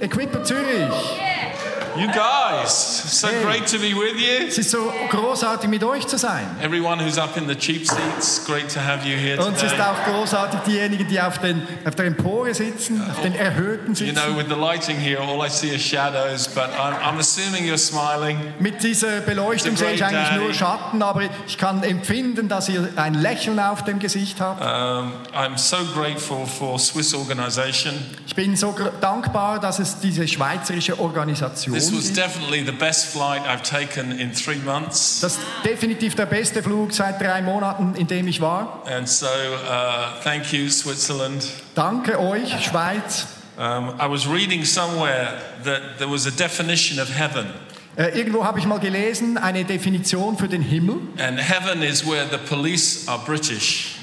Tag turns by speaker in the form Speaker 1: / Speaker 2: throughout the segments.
Speaker 1: Equipa Zürich.
Speaker 2: You guys, so
Speaker 1: Hey.
Speaker 2: great to be with you.
Speaker 1: Es ist so großartig, mit euch zu sein.
Speaker 2: Everyone who's up in the cheap seats, great to have you here
Speaker 1: Und es ist
Speaker 2: today.
Speaker 1: auch großartig, diejenigen, die auf, den, auf der Empore sitzen, auf den Erhöhten
Speaker 2: You
Speaker 1: sitzen.
Speaker 2: know, with the lighting here, all I see is shadows, but I'm, I'm assuming you're smiling.
Speaker 1: Mit dieser Beleuchtung
Speaker 2: It's a great
Speaker 1: sehe ich eigentlich
Speaker 2: day.
Speaker 1: nur Schatten, aber ich kann empfinden, dass ihr ein Lächeln auf dem Gesicht habt.
Speaker 2: Um, I'm so grateful for Swiss organization.
Speaker 1: Ich bin so gr- dankbar, dass es diese schweizerische Organisation
Speaker 2: This was
Speaker 1: gibt.
Speaker 2: definitely the best flight I've taken in three months.
Speaker 1: Das ist definitiv der beste Flug seit drei Monaten, in dem ich war.
Speaker 2: And so, uh, thank you, Switzerland.
Speaker 1: Danke euch, Schweiz.
Speaker 2: Um, I was reading somewhere that there was a definition of heaven,
Speaker 1: Äh, irgendwo habe ich mal gelesen, eine Definition für den Himmel.
Speaker 2: and heaven is where the police are British,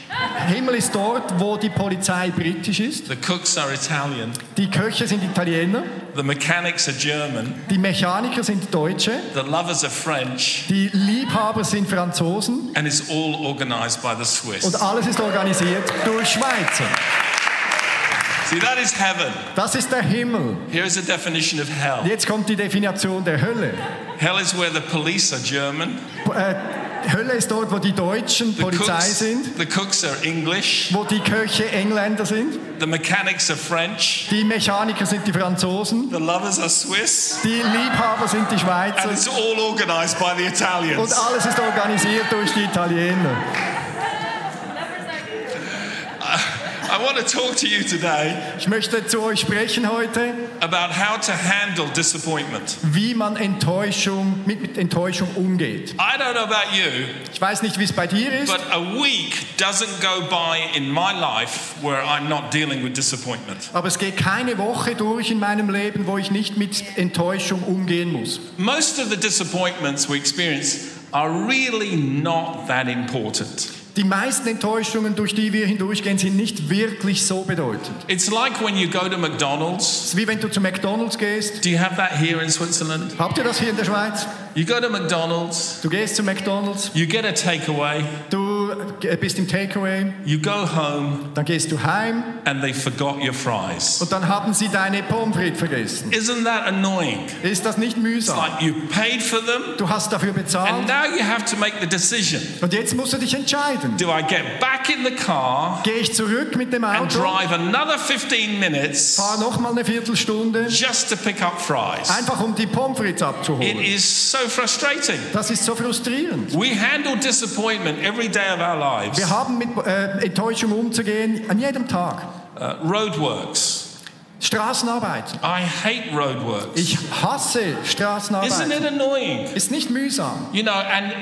Speaker 1: Himmel ist dort, wo die Polizei britisch ist.
Speaker 2: the cooks are Italian,
Speaker 1: Die Köche sind Italiener,
Speaker 2: the mechanics are German,
Speaker 1: die Mechaniker sind Deutsche,
Speaker 2: the lovers are French,
Speaker 1: die Liebhaber sind Franzosen
Speaker 2: and it's all organized by the Swiss.
Speaker 1: und alles ist organisiert durch Schweizer.
Speaker 2: See, that is heaven.
Speaker 1: Das ist der Himmel.
Speaker 2: Here's a definition of hell
Speaker 1: Jetzt kommt die Definition der Hölle.
Speaker 2: hell is where the police are German,
Speaker 1: P- Äh, Hölle ist dort, wo die Deutschen
Speaker 2: the
Speaker 1: Polizei
Speaker 2: cooks,
Speaker 1: sind,
Speaker 2: the cooks are English,
Speaker 1: wo die Köche Engländer sind,
Speaker 2: the mechanics are French,
Speaker 1: die Mechaniker sind die Franzosen,
Speaker 2: the lovers are Swiss,
Speaker 1: die Liebhaber sind die
Speaker 2: and
Speaker 1: Schweizer
Speaker 2: it's all organized by the Italians.
Speaker 1: und alles ist organisiert durch die Italiener.
Speaker 2: I want to talk to you today.
Speaker 1: Ich möchte zu euch sprechen heute,
Speaker 2: about how to handle disappointment.
Speaker 1: wie man Enttäuschung, mit, mit Enttäuschung umgeht.
Speaker 2: I don't know about you,
Speaker 1: Ich weiß nicht, wie es bei dir ist,
Speaker 2: but a week doesn't go by in my life where I'm not dealing with disappointment.
Speaker 1: aber es geht keine Woche durch in meinem Leben, wo ich nicht mit Enttäuschung umgehen muss.
Speaker 2: Most of the disappointments we experience are really not that important.
Speaker 1: Die meisten Enttäuschungen, durch die wir hindurchgehen, sind nicht wirklich so bedeutend.
Speaker 2: It's like when you go to McDonald's.
Speaker 1: Es ist wie wenn du zu McDonald's gehst.
Speaker 2: Do you have that here in Switzerland?
Speaker 1: Habt ihr das hier in der Schweiz?
Speaker 2: You go to McDonald's,
Speaker 1: Du gehst zu McDonald's,
Speaker 2: you get a takeaway,
Speaker 1: du äh, bist im Takeaway,
Speaker 2: you go home,
Speaker 1: dann gehst du heim
Speaker 2: and they forgot your fries.
Speaker 1: und dann haben sie deine Pommes frites vergessen.
Speaker 2: Isn't that annoying?
Speaker 1: Ist das nicht mühsam?
Speaker 2: Like you paid for them,
Speaker 1: Du hast dafür
Speaker 2: and
Speaker 1: bezahlt
Speaker 2: now you have to make the decision.
Speaker 1: und jetzt musst du dich entscheiden.
Speaker 2: Do I get back in the car
Speaker 1: Gehe ich zurück mit dem
Speaker 2: and
Speaker 1: Auto,
Speaker 2: drive another 15 minutes
Speaker 1: fahre nochmal eine Viertelstunde,
Speaker 2: just to pick up fries?
Speaker 1: einfach um die Pommes frites
Speaker 2: It
Speaker 1: abzuholen.
Speaker 2: is so frustrating.
Speaker 1: Das ist so frustrierend.
Speaker 2: We handle disappointment every day of our lives.
Speaker 1: Wir haben mit äh, Enttäuschung umzugehen an jedem Tag.
Speaker 2: Uh, roadworks.
Speaker 1: Straßenarbeit.
Speaker 2: I hate roadworks.
Speaker 1: Ich hasse
Speaker 2: Isn't
Speaker 1: Straßenarbeit.
Speaker 2: it annoying?
Speaker 1: Ist nicht mühsam.
Speaker 2: You know, and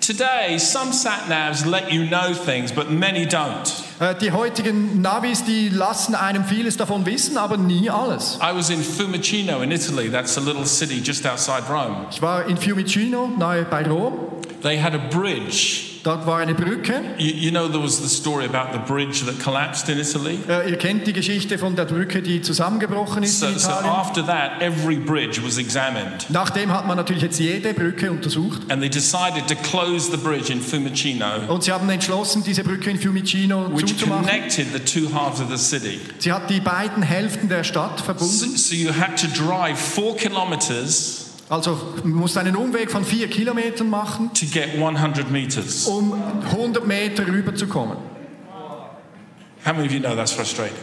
Speaker 2: today some sat navs let you know things, but many don't.
Speaker 1: Äh, Die heutigen Navis, die lassen einem vieles davon wissen, aber nie alles.
Speaker 2: I was in Fiumicino in Italy. That's a little city just outside Rome.
Speaker 1: Ich war in Fiumicino, nahe bei Rom.
Speaker 2: They had a bridge.
Speaker 1: Dort war eine Brücke.
Speaker 2: You, you know, there was the story about the bridge that collapsed in Italy.
Speaker 1: Äh, Ihr kennt die Geschichte von der Brücke, die zusammengebrochen ist
Speaker 2: So,
Speaker 1: in
Speaker 2: ah. so
Speaker 1: Italien.
Speaker 2: after that, every bridge was examined,
Speaker 1: Nachdem hat man natürlich jetzt jede Brücke untersucht.
Speaker 2: and they decided to close the bridge in Fiumicino,
Speaker 1: Und sie haben entschlossen, diese Brücke in Fiumicino
Speaker 2: which
Speaker 1: zuzumachen.
Speaker 2: connected the two halves of the city.
Speaker 1: Sie hat die beiden Hälften der Stadt
Speaker 2: So,
Speaker 1: verbunden.
Speaker 2: so you had to drive four kilometers
Speaker 1: Also musst einen Umweg von vier Kilometern machen,
Speaker 2: to get 100 meters.
Speaker 1: um 100 Meter rüberzukommen.
Speaker 2: How many of you know that's frustrating?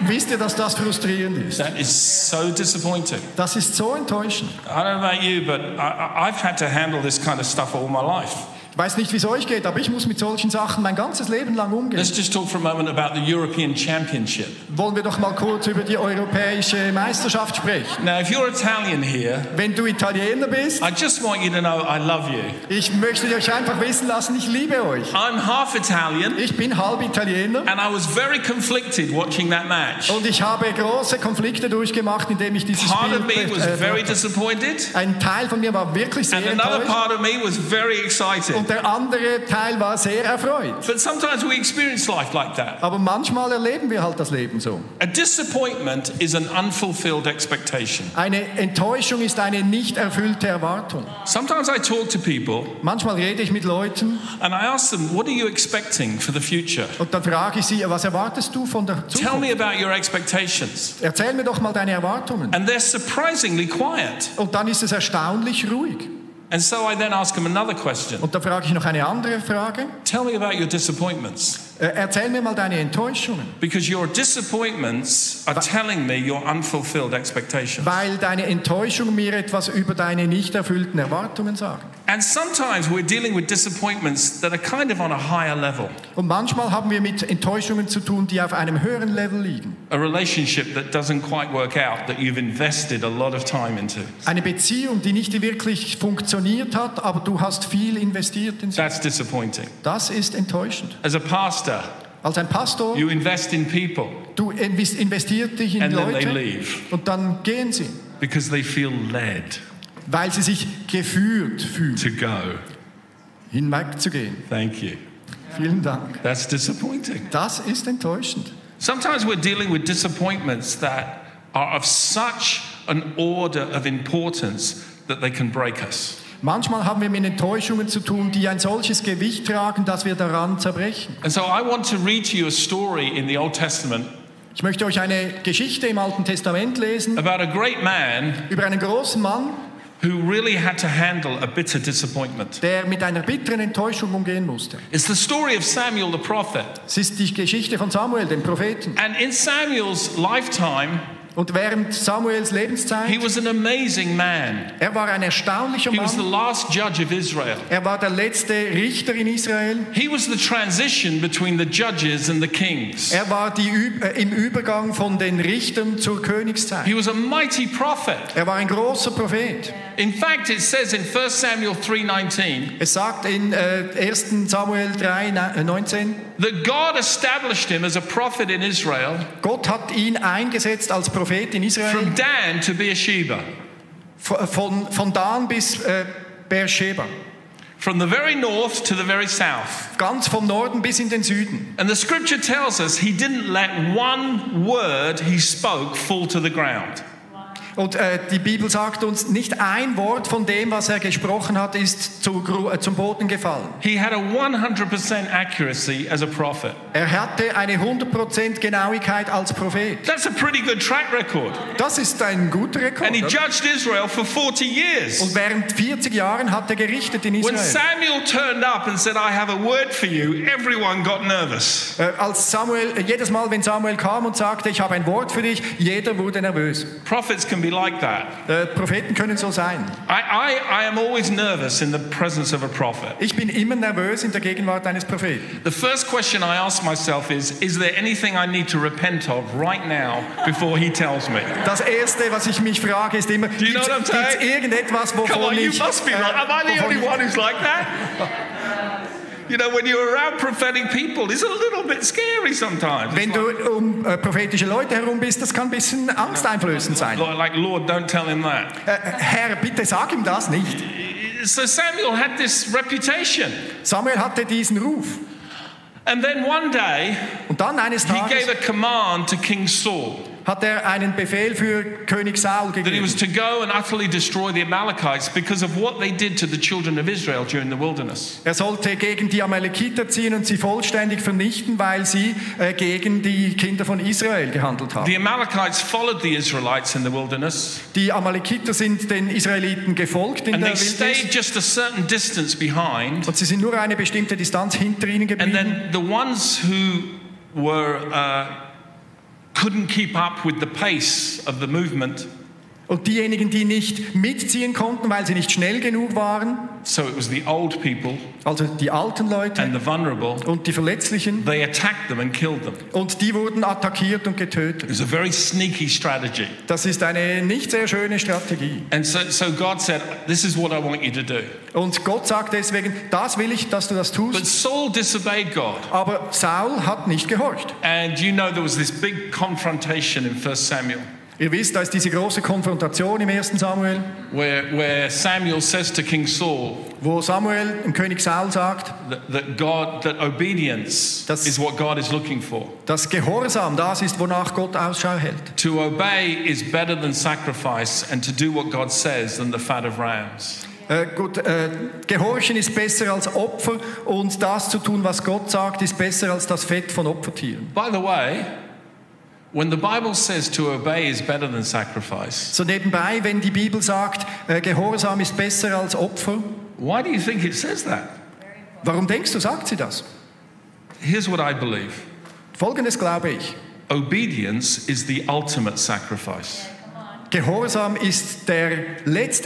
Speaker 1: Wisst ihr, dass das frustrierend ist?
Speaker 2: That is so disappointing.
Speaker 1: Das ist so enttäuschend.
Speaker 2: I don't know about you, but I, I- I've had to handle this kind of stuff all my life.
Speaker 1: Ich weiß nicht, wie es euch geht, aber ich muss mit solchen Sachen mein ganzes Leben lang umgehen.
Speaker 2: Let's just talk for a moment about the European Championship.
Speaker 1: Wollen wir doch mal kurz über die europäische Meisterschaft sprechen.
Speaker 2: Now, if you're Italian here,
Speaker 1: Wenn du Italiener bist,
Speaker 2: I just want you to know I love you.
Speaker 1: ich möchte euch einfach wissen lassen, ich liebe euch.
Speaker 2: I'm half Italian.
Speaker 1: Ich bin halb Italiener.
Speaker 2: And I was very conflicted watching that match.
Speaker 1: Und ich habe große Konflikte durchgemacht, indem ich dieses
Speaker 2: Part
Speaker 1: Spiel...
Speaker 2: of me was
Speaker 1: äh,
Speaker 2: very disappointed,
Speaker 1: ein Teil von mir war wirklich sehr
Speaker 2: and another
Speaker 1: enttäuscht
Speaker 2: part of me was very excited. with.
Speaker 1: und der andere Teil war sehr erfreut.
Speaker 2: But sometimes we experience life like that.
Speaker 1: Aber manchmal erleben wir halt das Leben so.
Speaker 2: A disappointment is an unfulfilled expectation.
Speaker 1: Eine Enttäuschung ist eine nicht erfüllte Erwartung.
Speaker 2: Sometimes I talk to people
Speaker 1: Manchmal rede ich mit Leuten
Speaker 2: and I ask them, What are you expecting for the future?
Speaker 1: und dann frage ich sie, was erwartest du von der
Speaker 2: Tell
Speaker 1: Zukunft?
Speaker 2: me about your expectations.
Speaker 1: Erzähl mir doch mal deine Erwartungen.
Speaker 2: And they're surprisingly quiet.
Speaker 1: Und dann ist es erstaunlich ruhig.
Speaker 2: And so I then ask them another question
Speaker 1: Und dann frage ich noch eine andere Frage.
Speaker 2: Tell me about your disappointments.
Speaker 1: Äh, Erzähl mir mal deine Enttäuschungen.
Speaker 2: Because your disappointments are telling me your unfulfilled expectations.
Speaker 1: Weil deine Enttäuschung mir etwas über deine nicht erfüllten Erwartungen sagen.
Speaker 2: And sometimes we're dealing with disappointments that are kind of on a higher level.
Speaker 1: Und manchmal haben wir mit Enttäuschungen zu tun, die auf einem höheren Level liegen.
Speaker 2: A relationship that doesn't quite work out that you've invested a lot of time into.
Speaker 1: Eine Beziehung, die nicht wirklich funktioniert hat, aber du hast viel investiert in sie.
Speaker 2: That's disappointing.
Speaker 1: Das ist enttäuschend.
Speaker 2: As a pastor,
Speaker 1: Als ein Pastor,
Speaker 2: you invest in people
Speaker 1: du invest- investiert dich in
Speaker 2: and then they
Speaker 1: Leute
Speaker 2: leave
Speaker 1: und dann gehen sie,
Speaker 2: because they feel led
Speaker 1: weil sie sich geführt fühlen,
Speaker 2: to go.
Speaker 1: hinwegzugehen.
Speaker 2: Thank you.
Speaker 1: Vielen Dank.
Speaker 2: That's disappointing.
Speaker 1: Das ist enttäuschend.
Speaker 2: Sometimes we're dealing with disappointments that are of such an order of importance that they can break us.
Speaker 1: Manchmal haben wir mit Enttäuschungen zu tun, die ein solches Gewicht tragen, dass wir daran zerbrechen.
Speaker 2: And so I want to read to you a story in the Old Testament
Speaker 1: Ich möchte euch eine Geschichte im Alten Testament lesen
Speaker 2: about a great man
Speaker 1: über einen großen Mann,
Speaker 2: who really had to handle a bitter disappointment.
Speaker 1: der mit einer bitteren Enttäuschung umgehen musste.
Speaker 2: It's the story of Samuel the prophet.
Speaker 1: Es ist die Geschichte von Samuel, dem Propheten.
Speaker 2: And in Samuel's lifetime,
Speaker 1: Und während Samuels
Speaker 2: he
Speaker 1: Lebenszeit,
Speaker 2: was an amazing man.
Speaker 1: er war ein erstaunlicher
Speaker 2: He was the
Speaker 1: Mann.
Speaker 2: last judge of Israel.
Speaker 1: Er war der letzte Richter in Israel.
Speaker 2: He was the transition between the judges and the kings.
Speaker 1: Er war die, Üb- äh, im Übergang von den Richtern zur Königszeit.
Speaker 2: He was a mighty prophet.
Speaker 1: Er war ein großer Prophet.
Speaker 2: In fact, it says in 1 Samuel 3:19
Speaker 1: Es sagt in äh, 1 Samuel 3, na- äh, 19,
Speaker 2: that God established him as a prophet in Israel
Speaker 1: Gott hat ihn eingesetzt als Prophet in Israel
Speaker 2: from Dan to Beersheba,
Speaker 1: von, von- von Dan bis äh, Beersheba.
Speaker 2: from the very north to the very south.
Speaker 1: Ganz vom Norden bis in den Süden.
Speaker 2: And the scripture tells us he didn't let one word he spoke fall to the ground.
Speaker 1: Und äh, die Bibel sagt uns, nicht ein Wort von dem, was er gesprochen hat, ist zu, Gru- äh, zum Boden gefallen.
Speaker 2: He had a 100% accuracy as a prophet.
Speaker 1: Er hatte eine 100% Genauigkeit als Prophet.
Speaker 2: That's a pretty good track record.
Speaker 1: Das ist ein guter Rekord.
Speaker 2: And he
Speaker 1: oder?
Speaker 2: judged Israel for 40
Speaker 1: Und
Speaker 2: years.
Speaker 1: während 40 Jahren hat er gerichtet in
Speaker 2: When
Speaker 1: Israel.
Speaker 2: Samuel turned up and said, I have a word for you, everyone got nervous.
Speaker 1: Äh, als Samuel, äh, jedes Mal, wenn Samuel kam und sagte, ich habe ein Wort für dich, jeder wurde nervös.
Speaker 2: Prophets can be like that.
Speaker 1: Äh, Propheten können so sein.
Speaker 2: I, I, I am always nervous in the presence of a prophet.
Speaker 1: Ich bin immer nervös in der Gegenwart eines Propheten.
Speaker 2: The first question I ask myself is Is there anything I need to repent of right now before he tells me?
Speaker 1: Das Erste, was ich mich frage, ist immer,
Speaker 2: you know
Speaker 1: gibt
Speaker 2: what I'm
Speaker 1: es
Speaker 2: saying?
Speaker 1: irgendetwas, wovon
Speaker 2: Come on, you
Speaker 1: ich... äh,
Speaker 2: must be like. Am I the
Speaker 1: wovon
Speaker 2: only
Speaker 1: ich-
Speaker 2: one who's like that? You know, when you're around prophetic people, it's a little bit scary sometimes.
Speaker 1: wenn du um äh, prophetische Leute herum bist, das kann ein bisschen angsteinflößend sein.
Speaker 2: Like, like, Lord, don't tell him that.
Speaker 1: Äh, Herr, bitte sag ihm das nicht.
Speaker 2: So Samuel had this reputation.
Speaker 1: Samuel hatte diesen Ruf.
Speaker 2: And then one day,
Speaker 1: Und dann eines
Speaker 2: he gave
Speaker 1: Tages
Speaker 2: a command to King Saul
Speaker 1: hat er einen Befehl für König Saul
Speaker 2: that he
Speaker 1: gegeben.
Speaker 2: was to go and utterly destroy the Amalekites because of what they did to the children of Israel during the wilderness.
Speaker 1: Er sollte gegen die Amalekiter ziehen und sie vollständig vernichten, weil sie äh, gegen die Kinder von Israel gehandelt haben.
Speaker 2: The Amalekites followed the Israelites in the wilderness,
Speaker 1: Die Amalekiter sind den Israeliten gefolgt in
Speaker 2: and
Speaker 1: der
Speaker 2: they
Speaker 1: Wildnis
Speaker 2: stayed just a certain distance behind.
Speaker 1: und sie sind nur eine bestimmte Distanz hinter ihnen
Speaker 2: And
Speaker 1: geblieben.
Speaker 2: then the ones who were uh, couldn't keep up with the pace of the movement,
Speaker 1: Und diejenigen, die nicht mitziehen konnten, weil sie nicht schnell genug waren,
Speaker 2: so it was the old people
Speaker 1: also die alten Leute
Speaker 2: and the vulnerable.
Speaker 1: und die Verletzlichen,
Speaker 2: They attacked them and killed them. It
Speaker 1: und die wurden attackiert und getötet.
Speaker 2: was a very sneaky strategy.
Speaker 1: Das ist eine nicht sehr schöne Strategie.
Speaker 2: And so, so God said, This is what I want you to do.
Speaker 1: Und Gott sagt deswegen, das will ich, dass du das
Speaker 2: But
Speaker 1: tust.
Speaker 2: Saul disobeyed God.
Speaker 1: Aber Saul hat nicht gehorcht.
Speaker 2: And you know, there was this big confrontation in 1 Samuel.
Speaker 1: Ihr wisst, da ist diese große Konfrontation im 1. Samuel,
Speaker 2: where, where Samuel says to King Saul
Speaker 1: wo Samuel dem König Saul sagt,
Speaker 2: that, that God, that obedience
Speaker 1: Das-
Speaker 2: is what God is looking for.
Speaker 1: dass Gehorsam das ist, wonach Gott Ausschau hält.
Speaker 2: To obey is better than sacrifice, and to do what God says than the fat of rams.
Speaker 1: Äh, gut, äh, Gehorchen ist besser als Opfer und das zu tun, was Gott sagt, ist besser als das Fett von Opfertieren.
Speaker 2: By the way, when the Bible says to obey is better than sacrifice,
Speaker 1: So nebenbei, wenn die Bibel sagt, äh, Gehorsam ist besser als Opfer,
Speaker 2: why do you think it says that?
Speaker 1: warum denkst du, sagt sie das?
Speaker 2: Here's what I believe
Speaker 1: Folgendes glaube ich.
Speaker 2: obedience is the ultimate sacrifice.
Speaker 1: Gehorsam ist der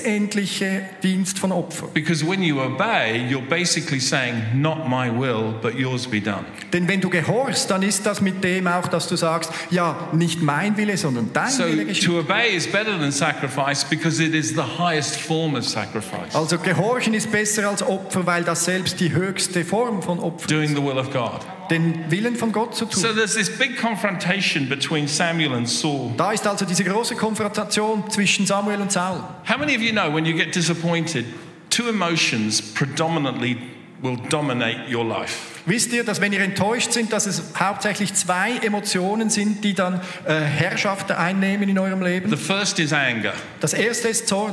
Speaker 1: letztendliche Dienst von Opfer.
Speaker 2: Because when you obey, you're basically saying, Not my will, but yours be done.
Speaker 1: Denn wenn du gehorchst, dann ist das mit dem auch, dass du sagst, ja, nicht mein Wille, sondern dein Wille
Speaker 2: So
Speaker 1: geschieht.
Speaker 2: to obey is better than sacrifice because it is the highest form of sacrifice.
Speaker 1: Also gehorchen ist besser als Opfer, weil das selbst die höchste Form von Opfer,
Speaker 2: Doing the will of God.
Speaker 1: den Willen von Gott zu
Speaker 2: So
Speaker 1: tun.
Speaker 2: there's this big confrontation between Samuel and Saul.
Speaker 1: Da ist also diese große Konfrontation zwischen Samuel und Saul.
Speaker 2: How many of you know when you get disappointed, two emotions predominantly will dominate your life?
Speaker 1: Wisst ihr, dass wenn ihr enttäuscht sind, dass es hauptsächlich zwei Emotionen sind, die dann äh, Herrschaft einnehmen in eurem Leben?
Speaker 2: The first is anger.
Speaker 1: Das erste ist Zorn.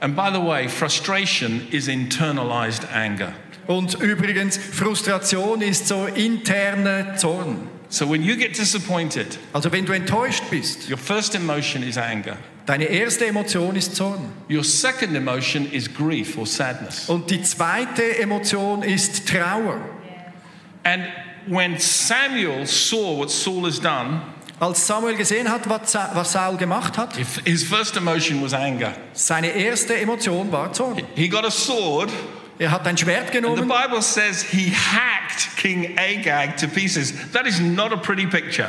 Speaker 2: And by the way, frustration is internalized anger.
Speaker 1: Und übrigens, Frustration ist so interne Zorn.
Speaker 2: So when you get disappointed,
Speaker 1: Also wenn du enttäuscht bist,
Speaker 2: your first emotion is anger.
Speaker 1: deine erste Emotion ist Zorn.
Speaker 2: Your second emotion is grief or sadness.
Speaker 1: Und die zweite Emotion ist Trauer.
Speaker 2: And when Samuel saw what Saul has done,
Speaker 1: Als Samuel gesehen hat, was Sa- was Saul gemacht hat,
Speaker 2: if his first emotion was anger.
Speaker 1: seine erste Emotion war Zorn.
Speaker 2: He got a sword,
Speaker 1: Er hat ein Schwert
Speaker 2: and the
Speaker 1: genommen
Speaker 2: Bible says he hacked King Agag to pieces. That is not a pretty picture.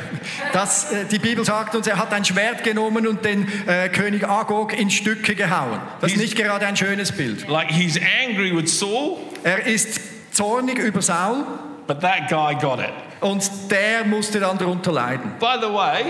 Speaker 1: Das, äh, die Bibel sagt uns, er hat ein Schwert genommen und den äh, König Agog in Stücke gehauen. Das ist nicht gerade ein schönes Bild.
Speaker 2: Like he's angry with Saul,
Speaker 1: Er ist zornig über Saul
Speaker 2: but that guy got it.
Speaker 1: und der musste dann darunter leiden.
Speaker 2: By the way,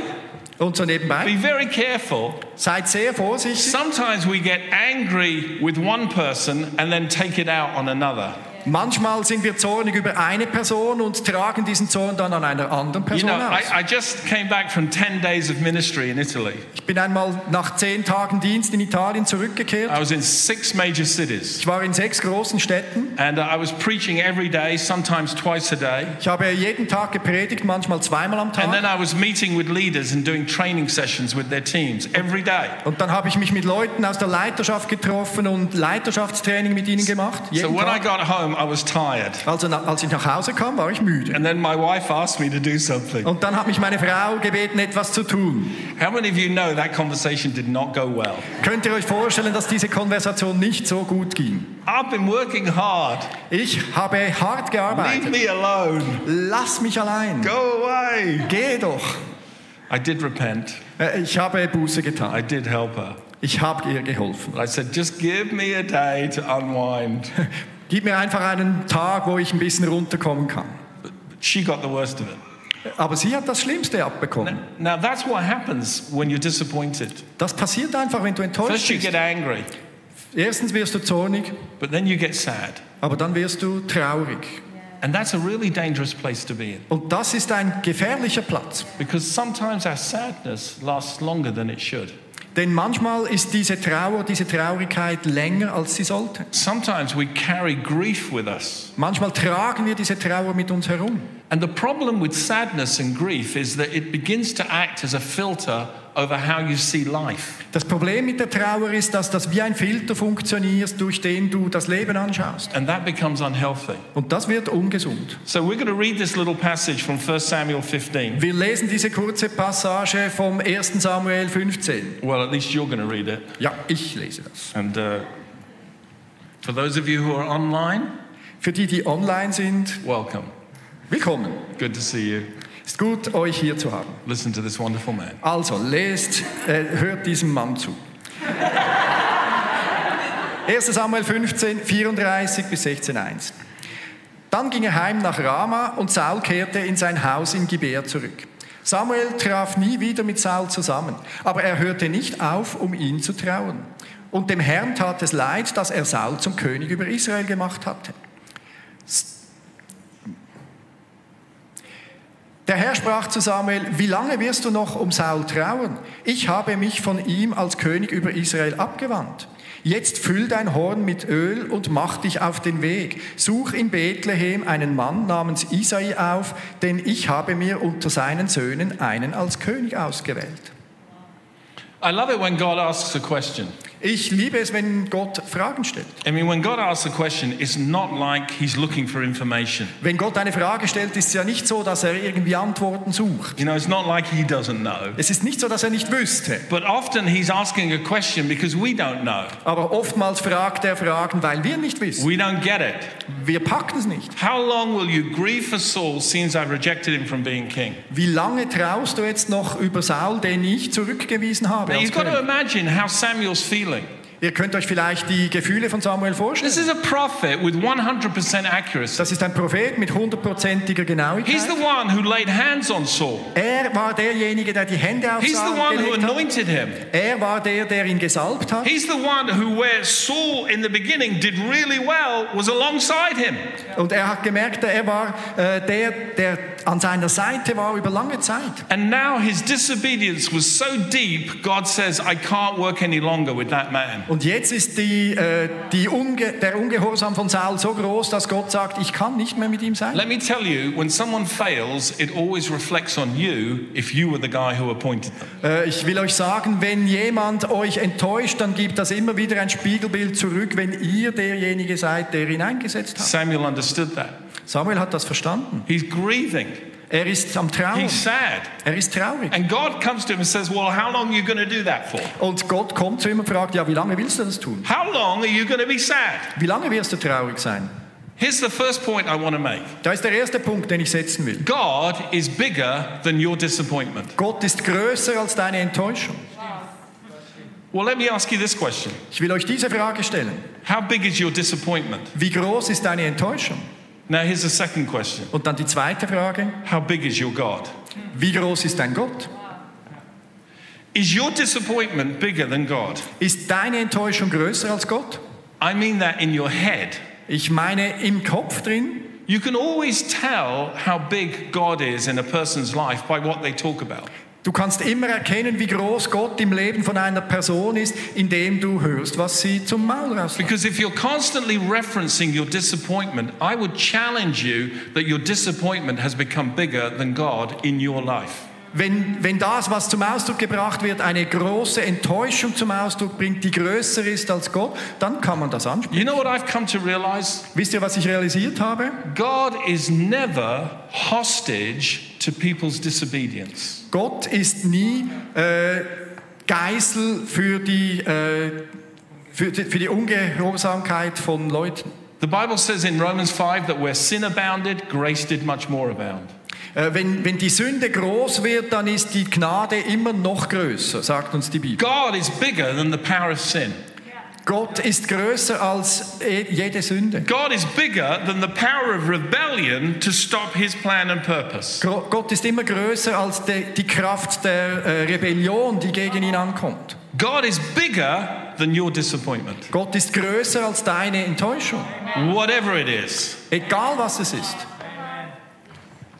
Speaker 1: Und so
Speaker 2: be
Speaker 1: nebenbei,
Speaker 2: very careful.
Speaker 1: seid sehr vorsichtig.
Speaker 2: Sometimes we get angry with one person and then take it out on another.
Speaker 1: Manchmal sind wir zornig über eine Person und tragen diesen Zorn dann an einer anderen
Speaker 2: You
Speaker 1: Person
Speaker 2: know,
Speaker 1: aus.
Speaker 2: I, I just came back from 10 days of ministry in Italy.
Speaker 1: Ich bin einmal nach zehn Tagen Dienst in Italien zurückgekehrt.
Speaker 2: I was in six major cities
Speaker 1: Ich war in sechs großen Städten.
Speaker 2: and uh, I was preaching every day, sometimes twice a day.
Speaker 1: Ich habe jeden Tag gepredigt, manchmal zweimal am
Speaker 2: And
Speaker 1: Tag.
Speaker 2: then I was meeting with leaders and doing training sessions with their teams every day.
Speaker 1: Und dann habe ich mich mit Leuten aus der Leiterschaft getroffen und Leiterschaftstraining mit ihnen gemacht.
Speaker 2: So
Speaker 1: Jeden
Speaker 2: when I
Speaker 1: Tag.
Speaker 2: got home, I was tired.
Speaker 1: Also na- als ich nach Hause kam, war ich müde.
Speaker 2: And then my wife asked me to do something.
Speaker 1: Und dann hat mich meine Frau gebeten, etwas zu tun.
Speaker 2: How many of you know that conversation did not go well?
Speaker 1: Könnt ihr euch vorstellen, dass diese Konversation nicht so gut ging?
Speaker 2: I've been working hard.
Speaker 1: Ich habe hart
Speaker 2: Leave
Speaker 1: gearbeitet.
Speaker 2: me alone.
Speaker 1: Lass mich allein.
Speaker 2: Go away.
Speaker 1: Geh doch.
Speaker 2: I did repent.
Speaker 1: Äh, Ich habe Buße getan.
Speaker 2: I did help her.
Speaker 1: Ich habe ihr geholfen.
Speaker 2: But I said, just give me a day to unwind.
Speaker 1: Gib mir einfach einen Tag, wo ich ein bisschen runterkommen kann.
Speaker 2: She got the worst of it.
Speaker 1: Aber sie hat das Schlimmste abbekommen.
Speaker 2: Now, that's what happens when you're disappointed.
Speaker 1: Das passiert einfach, wenn du enttäuscht
Speaker 2: First, you get
Speaker 1: bist.
Speaker 2: angry,
Speaker 1: Erstens wirst du zornig,
Speaker 2: but then you get sad.
Speaker 1: aber dann wirst du traurig.
Speaker 2: And that's a really dangerous place to be in
Speaker 1: Und das ist ein gefährlicher Platz.
Speaker 2: because sometimes our sadness lasts longer than it should.
Speaker 1: Denn manchmal ist diese Trauer, diese Traurigkeit länger, als sie sollte.
Speaker 2: Sometimes we carry grief with us.
Speaker 1: Manchmal tragen wir diese Trauer mit uns herum.
Speaker 2: And the problem with sadness and grief is that it begins to act as a filter over how you see life.
Speaker 1: Das Problem mit der Trauer ist, dass das wie ein Filter funktioniert, durch den du das Leben anschaust.
Speaker 2: And that becomes unhealthy.
Speaker 1: Und das wird ungesund.
Speaker 2: So we're going to read this little passage from 1 Samuel 15.
Speaker 1: Wir lesen diese kurze Passage vom 1. Samuel 15.
Speaker 2: Well, at least you're going to read it.
Speaker 1: Ja, ich lese das.
Speaker 2: And uh, for those of you who are online,
Speaker 1: Für die, die online sind,
Speaker 2: welcome.
Speaker 1: willkommen.
Speaker 2: Good to see you.
Speaker 1: Ist gut, euch hier zu haben.
Speaker 2: Listen to this wonderful man.
Speaker 1: Also, lest, äh, hört diesem Mann zu. 1. Samuel 15, 34 bis 16, 1. Dann ging er heim nach Rama und Saul kehrte in sein Haus in Gibea zurück. Samuel traf nie wieder mit Saul zusammen, aber er hörte nicht auf, um ihn zu trauen. Und dem Herrn tat es leid, dass er Saul zum König über Israel gemacht hatte. Der Herr sprach zu Samuel, wie lange wirst du noch um Saul trauen? Ich habe mich von ihm als König über Israel abgewandt. Jetzt füll dein Horn mit Öl und mach dich auf den Weg. Such in Bethlehem einen Mann namens Isai auf, denn ich habe mir unter seinen Söhnen einen als König ausgewählt.
Speaker 2: I love it when God asks a question.
Speaker 1: Ich liebe es, wenn Gott Fragen stellt.
Speaker 2: I mean, when God asks a question, it's not like he's looking for information.
Speaker 1: Wenn Gott eine Frage stellt, ist es ja nicht so, dass er irgendwie Antworten sucht.
Speaker 2: You know, it's not like he doesn't know.
Speaker 1: Es ist nicht so, dass er nicht wüsste.
Speaker 2: But often he's asking a question because we don't know.
Speaker 1: Aber oftmals fragt er Fragen, weil wir nicht wissen.
Speaker 2: We don't get it.
Speaker 1: Wir packen es nicht.
Speaker 2: How long will you grieve for Saul since I rejected him from being king?
Speaker 1: Wie lange traust du jetzt noch über Saul, den ich zurückgewiesen habe?
Speaker 2: Now,
Speaker 1: als
Speaker 2: you've um- got to
Speaker 1: König?
Speaker 2: imagine how Samuel's feeling.
Speaker 1: Ihr könnt euch vielleicht die Gefühle von Samuel vorstellen.
Speaker 2: This is a prophet with 100% accuracy.
Speaker 1: Das ist ein Prophet mit
Speaker 2: He's
Speaker 1: hundertprozentiger
Speaker 2: the
Speaker 1: Genauigkeit.
Speaker 2: one who laid hands on Saul.
Speaker 1: Er war derjenige, der die Hände auf
Speaker 2: He's the
Speaker 1: Saul
Speaker 2: one who
Speaker 1: gelegt hat.
Speaker 2: anointed him.
Speaker 1: Er war der, der ihn gesalbt hat.
Speaker 2: He's the one who, where Saul in the beginning did really well, was alongside him.
Speaker 1: Und er hat gemerkt, er war äh, der, der an seiner Seite war über lange Zeit.
Speaker 2: And now his disobedience was so deep, God says, I can't work any longer with that man.
Speaker 1: Und jetzt ist die, äh, die Unge der Ungehorsam von Saul so groß, dass Gott sagt, ich kann nicht mehr mit ihm sein.
Speaker 2: Let me tell you, when someone fails, it always reflects on you if you were the guy who appointed them.
Speaker 1: Äh, ich will euch sagen, wenn jemand euch enttäuscht, dann gibt das immer wieder ein Spiegelbild zurück, wenn ihr derjenige seid, der ihn eingesetzt hat.
Speaker 2: Samuel understood that.
Speaker 1: Samuel hat das verstanden.
Speaker 2: He's grieving,
Speaker 1: Er ist am Trauen.
Speaker 2: he's sad.
Speaker 1: Er ist traurig.
Speaker 2: And God comes to him and says, Well, how long are you going to do that for?
Speaker 1: Und Gott kommt zu ihm und fragt, ja, wie lange willst du das tun?
Speaker 2: How long are you going to be sad?
Speaker 1: Wie lange wirst du traurig sein?
Speaker 2: Here's the first point I want to make
Speaker 1: Da ist der erste Punkt, den ich setzen will.
Speaker 2: God is bigger than your disappointment.
Speaker 1: Gott ist größer als deine Enttäuschung.
Speaker 2: Well, let me ask you this question
Speaker 1: Ich will euch diese Frage stellen.
Speaker 2: How big is your disappointment?
Speaker 1: Wie groß ist deine Enttäuschung?
Speaker 2: Now, here's the second question
Speaker 1: Und dann die zweite Frage.
Speaker 2: How big is your God?
Speaker 1: Wie groß ist dein Gott?
Speaker 2: Is your disappointment bigger than God?
Speaker 1: Ist deine Enttäuschung größer als Gott?
Speaker 2: I mean that in your head.
Speaker 1: Ich meine, im Kopf drin,
Speaker 2: You can always tell how big God is in a person's life by what they talk about.
Speaker 1: du kannst immer erkennen, wie groß Gott im Leben von einer Person ist, indem du hörst, was sie zum Maul rauslässt.
Speaker 2: Because if you're constantly referencing your disappointment, I would challenge you that your disappointment has become bigger than God in your life.
Speaker 1: Wenn, wenn das, was zum Ausdruck gebracht wird, eine große Enttäuschung zum Ausdruck bringt, die größer ist als Gott, dann kann man das ansprechen.
Speaker 2: You know what I've come to realize?
Speaker 1: Wisst ihr, was ich realisiert habe?
Speaker 2: God is never hostage to people's disobedience.
Speaker 1: Gott ist nie äh, Geißel für die, äh, für, die, für die Ungehorsamkeit von Leuten.
Speaker 2: The Bible says in Romans 5 that where sin abounded, grace did much more abound.
Speaker 1: Äh, wenn, wenn die Sünde groß wird, dann ist die Gnade immer noch größer, sagt uns die Bibel.
Speaker 2: God is bigger than the power of sin.
Speaker 1: Gott ist größer als e- jede Sünde.
Speaker 2: God is bigger than the power of rebellion to stop his plan and purpose.
Speaker 1: Gro- Gott ist immer größer als de, die Kraft der äh, Rebellion, die gegen ihn ankommt.
Speaker 2: God is bigger than your disappointment,
Speaker 1: Gott ist größer als deine Enttäuschung,
Speaker 2: whatever it is.
Speaker 1: egal was es ist.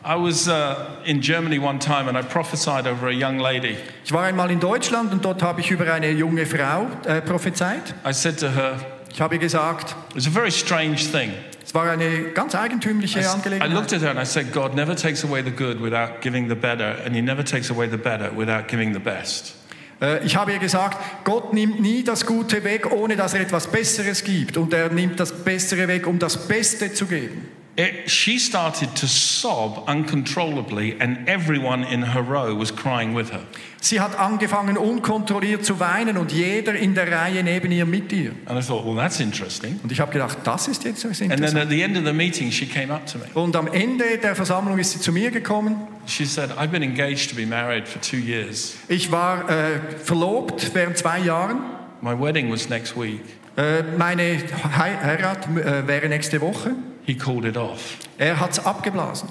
Speaker 2: I was uh, in Germany one time and I prophesied over a young lady.
Speaker 1: Ich war einmal in Deutschland und dort habe ich über eine junge Frau äh, prophezeit.
Speaker 2: I said to her,
Speaker 1: Ich habe gesagt,
Speaker 2: it was a very strange thing.
Speaker 1: es war eine ganz eigentümliche
Speaker 2: I looked
Speaker 1: Angelegenheit.
Speaker 2: at her and I said, God never takes away the good without giving the better, and He never takes away the better without giving the best.
Speaker 1: Äh, Ich habe ihr gesagt, Gott nimmt nie das Gute weg, ohne dass er etwas Besseres gibt. Und er nimmt das Bessere weg, um das Beste zu geben.
Speaker 2: It, she started to sob uncontrollably, and everyone in her row was crying with her.
Speaker 1: Sie hat angefangen, unkontrolliert zu weinen und jeder in der Reihe neben ihr mit ihr.
Speaker 2: And I thought, well, that's interesting.
Speaker 1: Und ich habe gedacht, das ist jetzt was
Speaker 2: And then
Speaker 1: interessant.
Speaker 2: at the end of the meeting, she came up to me.
Speaker 1: Und am Ende der Versammlung ist sie zu mir gekommen.
Speaker 2: She said, I've been engaged to be married for two years.
Speaker 1: Ich war äh, verlobt während zwei Jahren.
Speaker 2: My wedding was next week.
Speaker 1: Äh, meine Hei- Heirat äh, wäre nächste Woche.
Speaker 2: He called it off.
Speaker 1: Er hat es abgeblasen.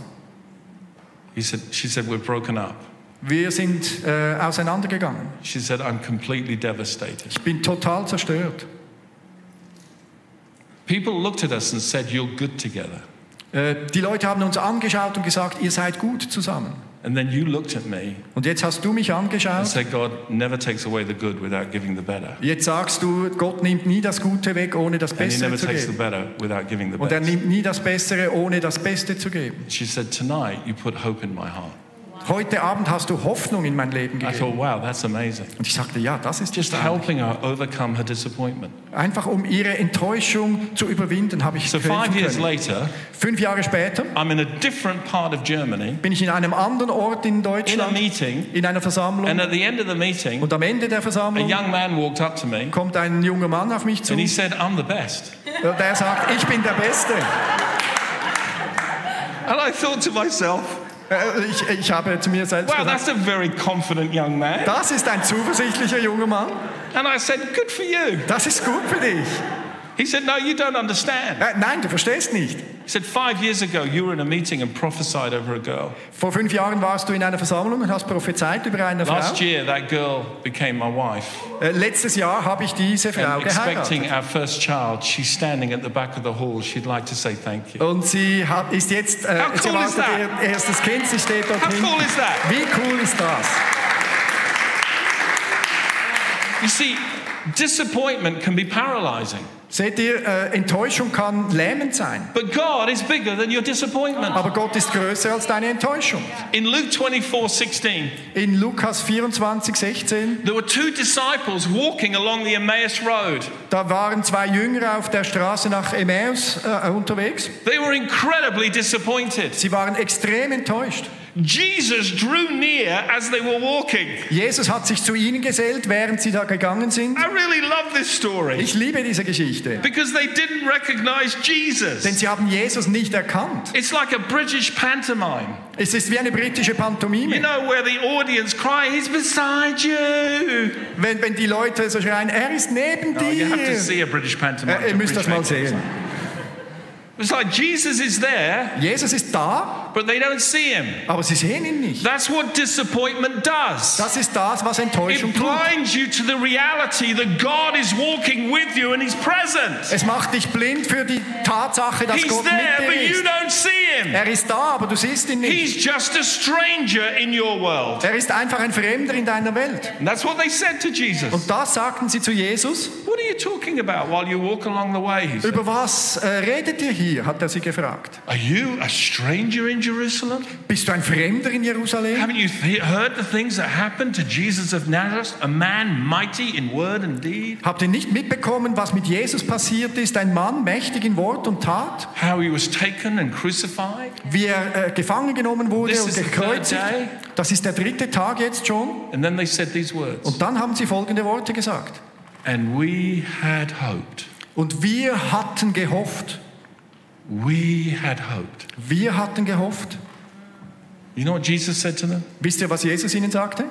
Speaker 2: He said, she said, we're broken up.
Speaker 1: Wir sind äh, auseinandergegangen.
Speaker 2: She said, I'm completely devastated.
Speaker 1: Ich bin total zerstört.
Speaker 2: People looked at us and said, You're good together.
Speaker 1: Äh, die Leute haben uns angeschaut und gesagt, ihr seid gut zusammen.
Speaker 2: And then you looked at me
Speaker 1: Und jetzt hast du mich
Speaker 2: and
Speaker 1: angeschaut.
Speaker 2: said, God never takes away the good without giving the better.
Speaker 1: Jetzt sagst du, Gott nimmt nie das Gute weg, ohne das
Speaker 2: And he
Speaker 1: Beste
Speaker 2: never
Speaker 1: zu
Speaker 2: takes the
Speaker 1: geben.
Speaker 2: better without giving the
Speaker 1: Und er
Speaker 2: best.
Speaker 1: nimmt nie das Bessere, ohne das Beste zu geben.
Speaker 2: She said, Tonight you put hope in my heart.
Speaker 1: Heute Abend hast du Hoffnung in mein Leben
Speaker 2: I
Speaker 1: gegeben.
Speaker 2: thought, wow, that's amazing.
Speaker 1: Und ich sagte, ja, das ist
Speaker 2: Also- Just
Speaker 1: just
Speaker 2: helping her overcome her disappointment.
Speaker 1: Einfach um ihre Enttäuschung zu überwinden, habe ich
Speaker 2: So
Speaker 1: helfen
Speaker 2: five years
Speaker 1: können.
Speaker 2: later,
Speaker 1: Fünf Jahre später
Speaker 2: I'm in a different part of Germany,
Speaker 1: bin ich in einem anderen Ort in
Speaker 2: in a
Speaker 1: Deutschland,
Speaker 2: meeting,
Speaker 1: in einer Versammlung.
Speaker 2: and at the end of the meeting,
Speaker 1: Und am Ende der
Speaker 2: a
Speaker 1: Versammlung
Speaker 2: young man walked up to me
Speaker 1: kommt ein junger Mann auf mich zu.
Speaker 2: and he
Speaker 1: Und
Speaker 2: said, I'm the best.
Speaker 1: der sagt, ich bin der Beste.
Speaker 2: And I thought to myself,
Speaker 1: Äh, Ich, ich habe zu mir selbst
Speaker 2: wow,
Speaker 1: gesagt,
Speaker 2: that's a very confident young man.
Speaker 1: das ist ein zuversichtlicher junger Mann.
Speaker 2: And I said, Good for you.
Speaker 1: Das ist gut für dich.
Speaker 2: He said, No, you don't understand.
Speaker 1: Äh, nein, du verstehst nicht.
Speaker 2: He said, Five years ago, you were in a meeting and prophesied over a girl.
Speaker 1: Vor fünf Jahren warst du in einer Versammlung und hast prophezeit über eine Frau.
Speaker 2: Last year, that girl became my wife.
Speaker 1: Äh, letztes Jahr habe ich diese Frau
Speaker 2: And
Speaker 1: geheiratet.
Speaker 2: expecting our first child, she's standing at the back of the hall. She'd like to say thank you.
Speaker 1: Und sie hat, ist jetzt, äh,
Speaker 2: How
Speaker 1: sie
Speaker 2: cool is
Speaker 1: erwartet
Speaker 2: that?
Speaker 1: ihr erstes Kind, sie steht dort
Speaker 2: How
Speaker 1: hinten.
Speaker 2: cool is that?
Speaker 1: Wie cool ist das?
Speaker 2: You see, disappointment can be paralyzing,
Speaker 1: Seht ihr, äh, Enttäuschung kann lähmend sein.
Speaker 2: but God is bigger than your disappointment.
Speaker 1: Aber Gott ist größer als deine Enttäuschung.
Speaker 2: In Luke 24 16,
Speaker 1: In Lukas 24, 16,
Speaker 2: there were two disciples walking along the Emmaus Road.
Speaker 1: da waren zwei Jünger auf der Straße nach Emmaus äh, unterwegs.
Speaker 2: They were incredibly disappointed.
Speaker 1: Sie waren extrem enttäuscht.
Speaker 2: Jesus drew near as they were walking.
Speaker 1: Jesus hat sich zu ihnen gesellt, während sie da gegangen sind.
Speaker 2: I really love this story
Speaker 1: Ich liebe diese Geschichte,
Speaker 2: because they didn't recognize
Speaker 1: denn
Speaker 2: Jesus.
Speaker 1: sie haben Jesus nicht erkannt.
Speaker 2: It's like a British pantomime.
Speaker 1: Es ist wie eine britische Pantomime.
Speaker 2: You know where the audience cry, he's beside you.
Speaker 1: Wenn, wenn die Leute so schreien, er ist neben
Speaker 2: Oh, you
Speaker 1: dir.
Speaker 2: have to see a British pantomime.
Speaker 1: Äh, ihr
Speaker 2: to
Speaker 1: müsst das mal
Speaker 2: appreciate it.
Speaker 1: sehen.
Speaker 2: It's like Jesus is there,
Speaker 1: Jesus ist da,
Speaker 2: but they don't see him.
Speaker 1: aber sie sehen ihn nicht.
Speaker 2: That's what disappointment does.
Speaker 1: Das ist das, was Enttäuschung
Speaker 2: It
Speaker 1: tut.
Speaker 2: blinds you to the reality that God is walking with you and he's present.
Speaker 1: Es macht dich blind für die Tatsache, dass
Speaker 2: He's
Speaker 1: Gott
Speaker 2: there,
Speaker 1: mit
Speaker 2: but
Speaker 1: dir
Speaker 2: you
Speaker 1: ist.
Speaker 2: don't see him.
Speaker 1: Er ist da, aber du siehst ihn nicht.
Speaker 2: He's just a stranger in your world.
Speaker 1: Er ist einfach ein Fremder in deiner Welt.
Speaker 2: And that's what they said to Jesus.
Speaker 1: Und das sagten sie zu Jesus.
Speaker 2: What are you talking about while you walk along the way? He said,
Speaker 1: Über was äh, redet ihr hier? hat er sie gefragt.
Speaker 2: Are you a stranger in Jerusalem?
Speaker 1: Bist du ein Fremder in Jerusalem?
Speaker 2: Haven't you th- heard the things that happened to Jesus of Nazareth, a man mighty in word and deed?
Speaker 1: Habt ihr nicht mitbekommen, was mit Jesus passiert ist? Ein Mann, mächtig in Wort und Tat?
Speaker 2: How he was taken and crucified?
Speaker 1: wie er äh, gefangen genommen wurde
Speaker 2: This
Speaker 1: und
Speaker 2: is the
Speaker 1: gekreuzigt.
Speaker 2: third day.
Speaker 1: Das ist der dritte Tag jetzt schon.
Speaker 2: And then they said these words.
Speaker 1: Und dann haben sie folgende Worte gesagt.
Speaker 2: And we had hoped.
Speaker 1: Und wir hatten gehofft.
Speaker 2: We had hoped.
Speaker 1: Wir hatten gehofft.
Speaker 2: You know what Jesus said to them?
Speaker 1: Wisst ihr, was Jesus ihnen sagte?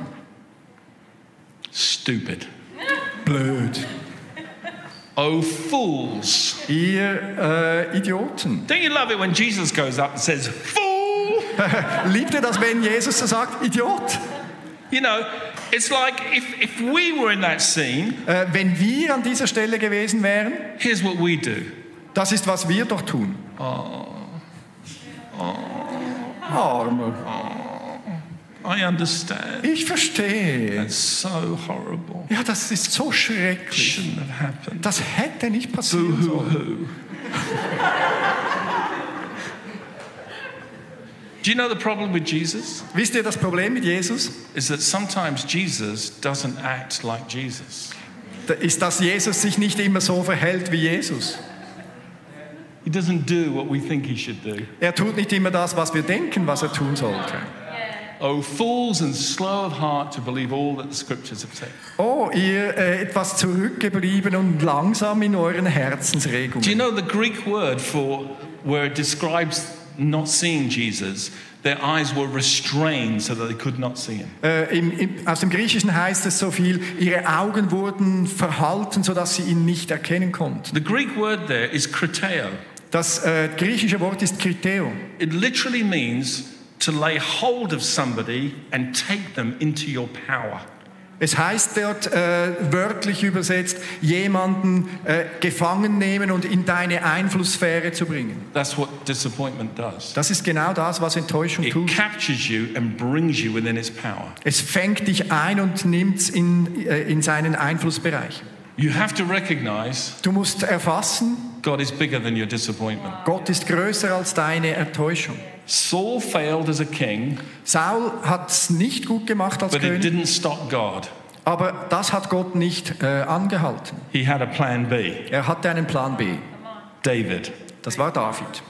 Speaker 2: Stupid.
Speaker 1: Blöd.
Speaker 2: Oh, fools.
Speaker 1: Ihr äh, Idioten.
Speaker 2: Don't you love it when Jesus goes up and says, Fool?
Speaker 1: Liebt ihr das, wenn Jesus so sagt, Idiot?
Speaker 2: You know, it's like if, if we were in that scene,
Speaker 1: Äh, wenn wir an dieser Stelle gewesen wären,
Speaker 2: here's what we do.
Speaker 1: das ist, was wir doch tun. Armer.
Speaker 2: I understand.
Speaker 1: Ich verstehe.
Speaker 2: It's so horrible.
Speaker 1: Ja, das ist so
Speaker 2: It
Speaker 1: schrecklich.
Speaker 2: shouldn't have happened.
Speaker 1: Das hätte nicht
Speaker 2: Boo
Speaker 1: passieren
Speaker 2: hoo
Speaker 1: sollen.
Speaker 2: hoo. Do you know the problem with Jesus?
Speaker 1: Wisst ihr das Problem mit Jesus?
Speaker 2: Is that sometimes Jesus doesn't act like Jesus.
Speaker 1: Da Ist, dass Jesus sich nicht immer so verhält wie Jesus.
Speaker 2: He doesn't do what we think he should do.
Speaker 1: Er tut nicht immer das, was wir denken, was er tun sollte.
Speaker 2: Oh, fools and slow of heart to believe all that the scriptures have said.
Speaker 1: Oh, ihr äh, etwas zurückgeblieben und langsam in euren
Speaker 2: Do you
Speaker 1: Herzensregungen.
Speaker 2: know the Greek word for where it describes not seeing Jesus? Their eyes were restrained so that they could not see him.
Speaker 1: Äh, im, im, aus dem Griechischen heißt es so viel, ihre Augen wurden verhalten, sodass sie ihn nicht erkennen konnten.
Speaker 2: The Greek word there is kriteo.
Speaker 1: Das äh, griechische Wort ist Kriteo.
Speaker 2: It literally means to lay hold of somebody and take them into your power.
Speaker 1: Es heißt dort äh, wörtlich übersetzt, jemanden äh, gefangen nehmen und in deine Einflusssphäre zu bringen.
Speaker 2: That's what disappointment does.
Speaker 1: Das ist genau das, was Enttäuschung
Speaker 2: It
Speaker 1: tut.
Speaker 2: captures you and brings you within its power.
Speaker 1: Es fängt dich ein und nimmt es in, äh, in seinen Einflussbereich.
Speaker 2: You have to recognize
Speaker 1: Du musst erfassen,
Speaker 2: God is bigger than your disappointment.
Speaker 1: Gott ist größer als deine Enttäuschung.
Speaker 2: Saul failed as a king,
Speaker 1: Saul hat es nicht gut gemacht als
Speaker 2: but it
Speaker 1: König,
Speaker 2: didn't stop God.
Speaker 1: aber das hat Gott nicht äh, angehalten.
Speaker 2: He had a plan B
Speaker 1: Er hatte einen Plan B.
Speaker 2: David.
Speaker 1: Das war David.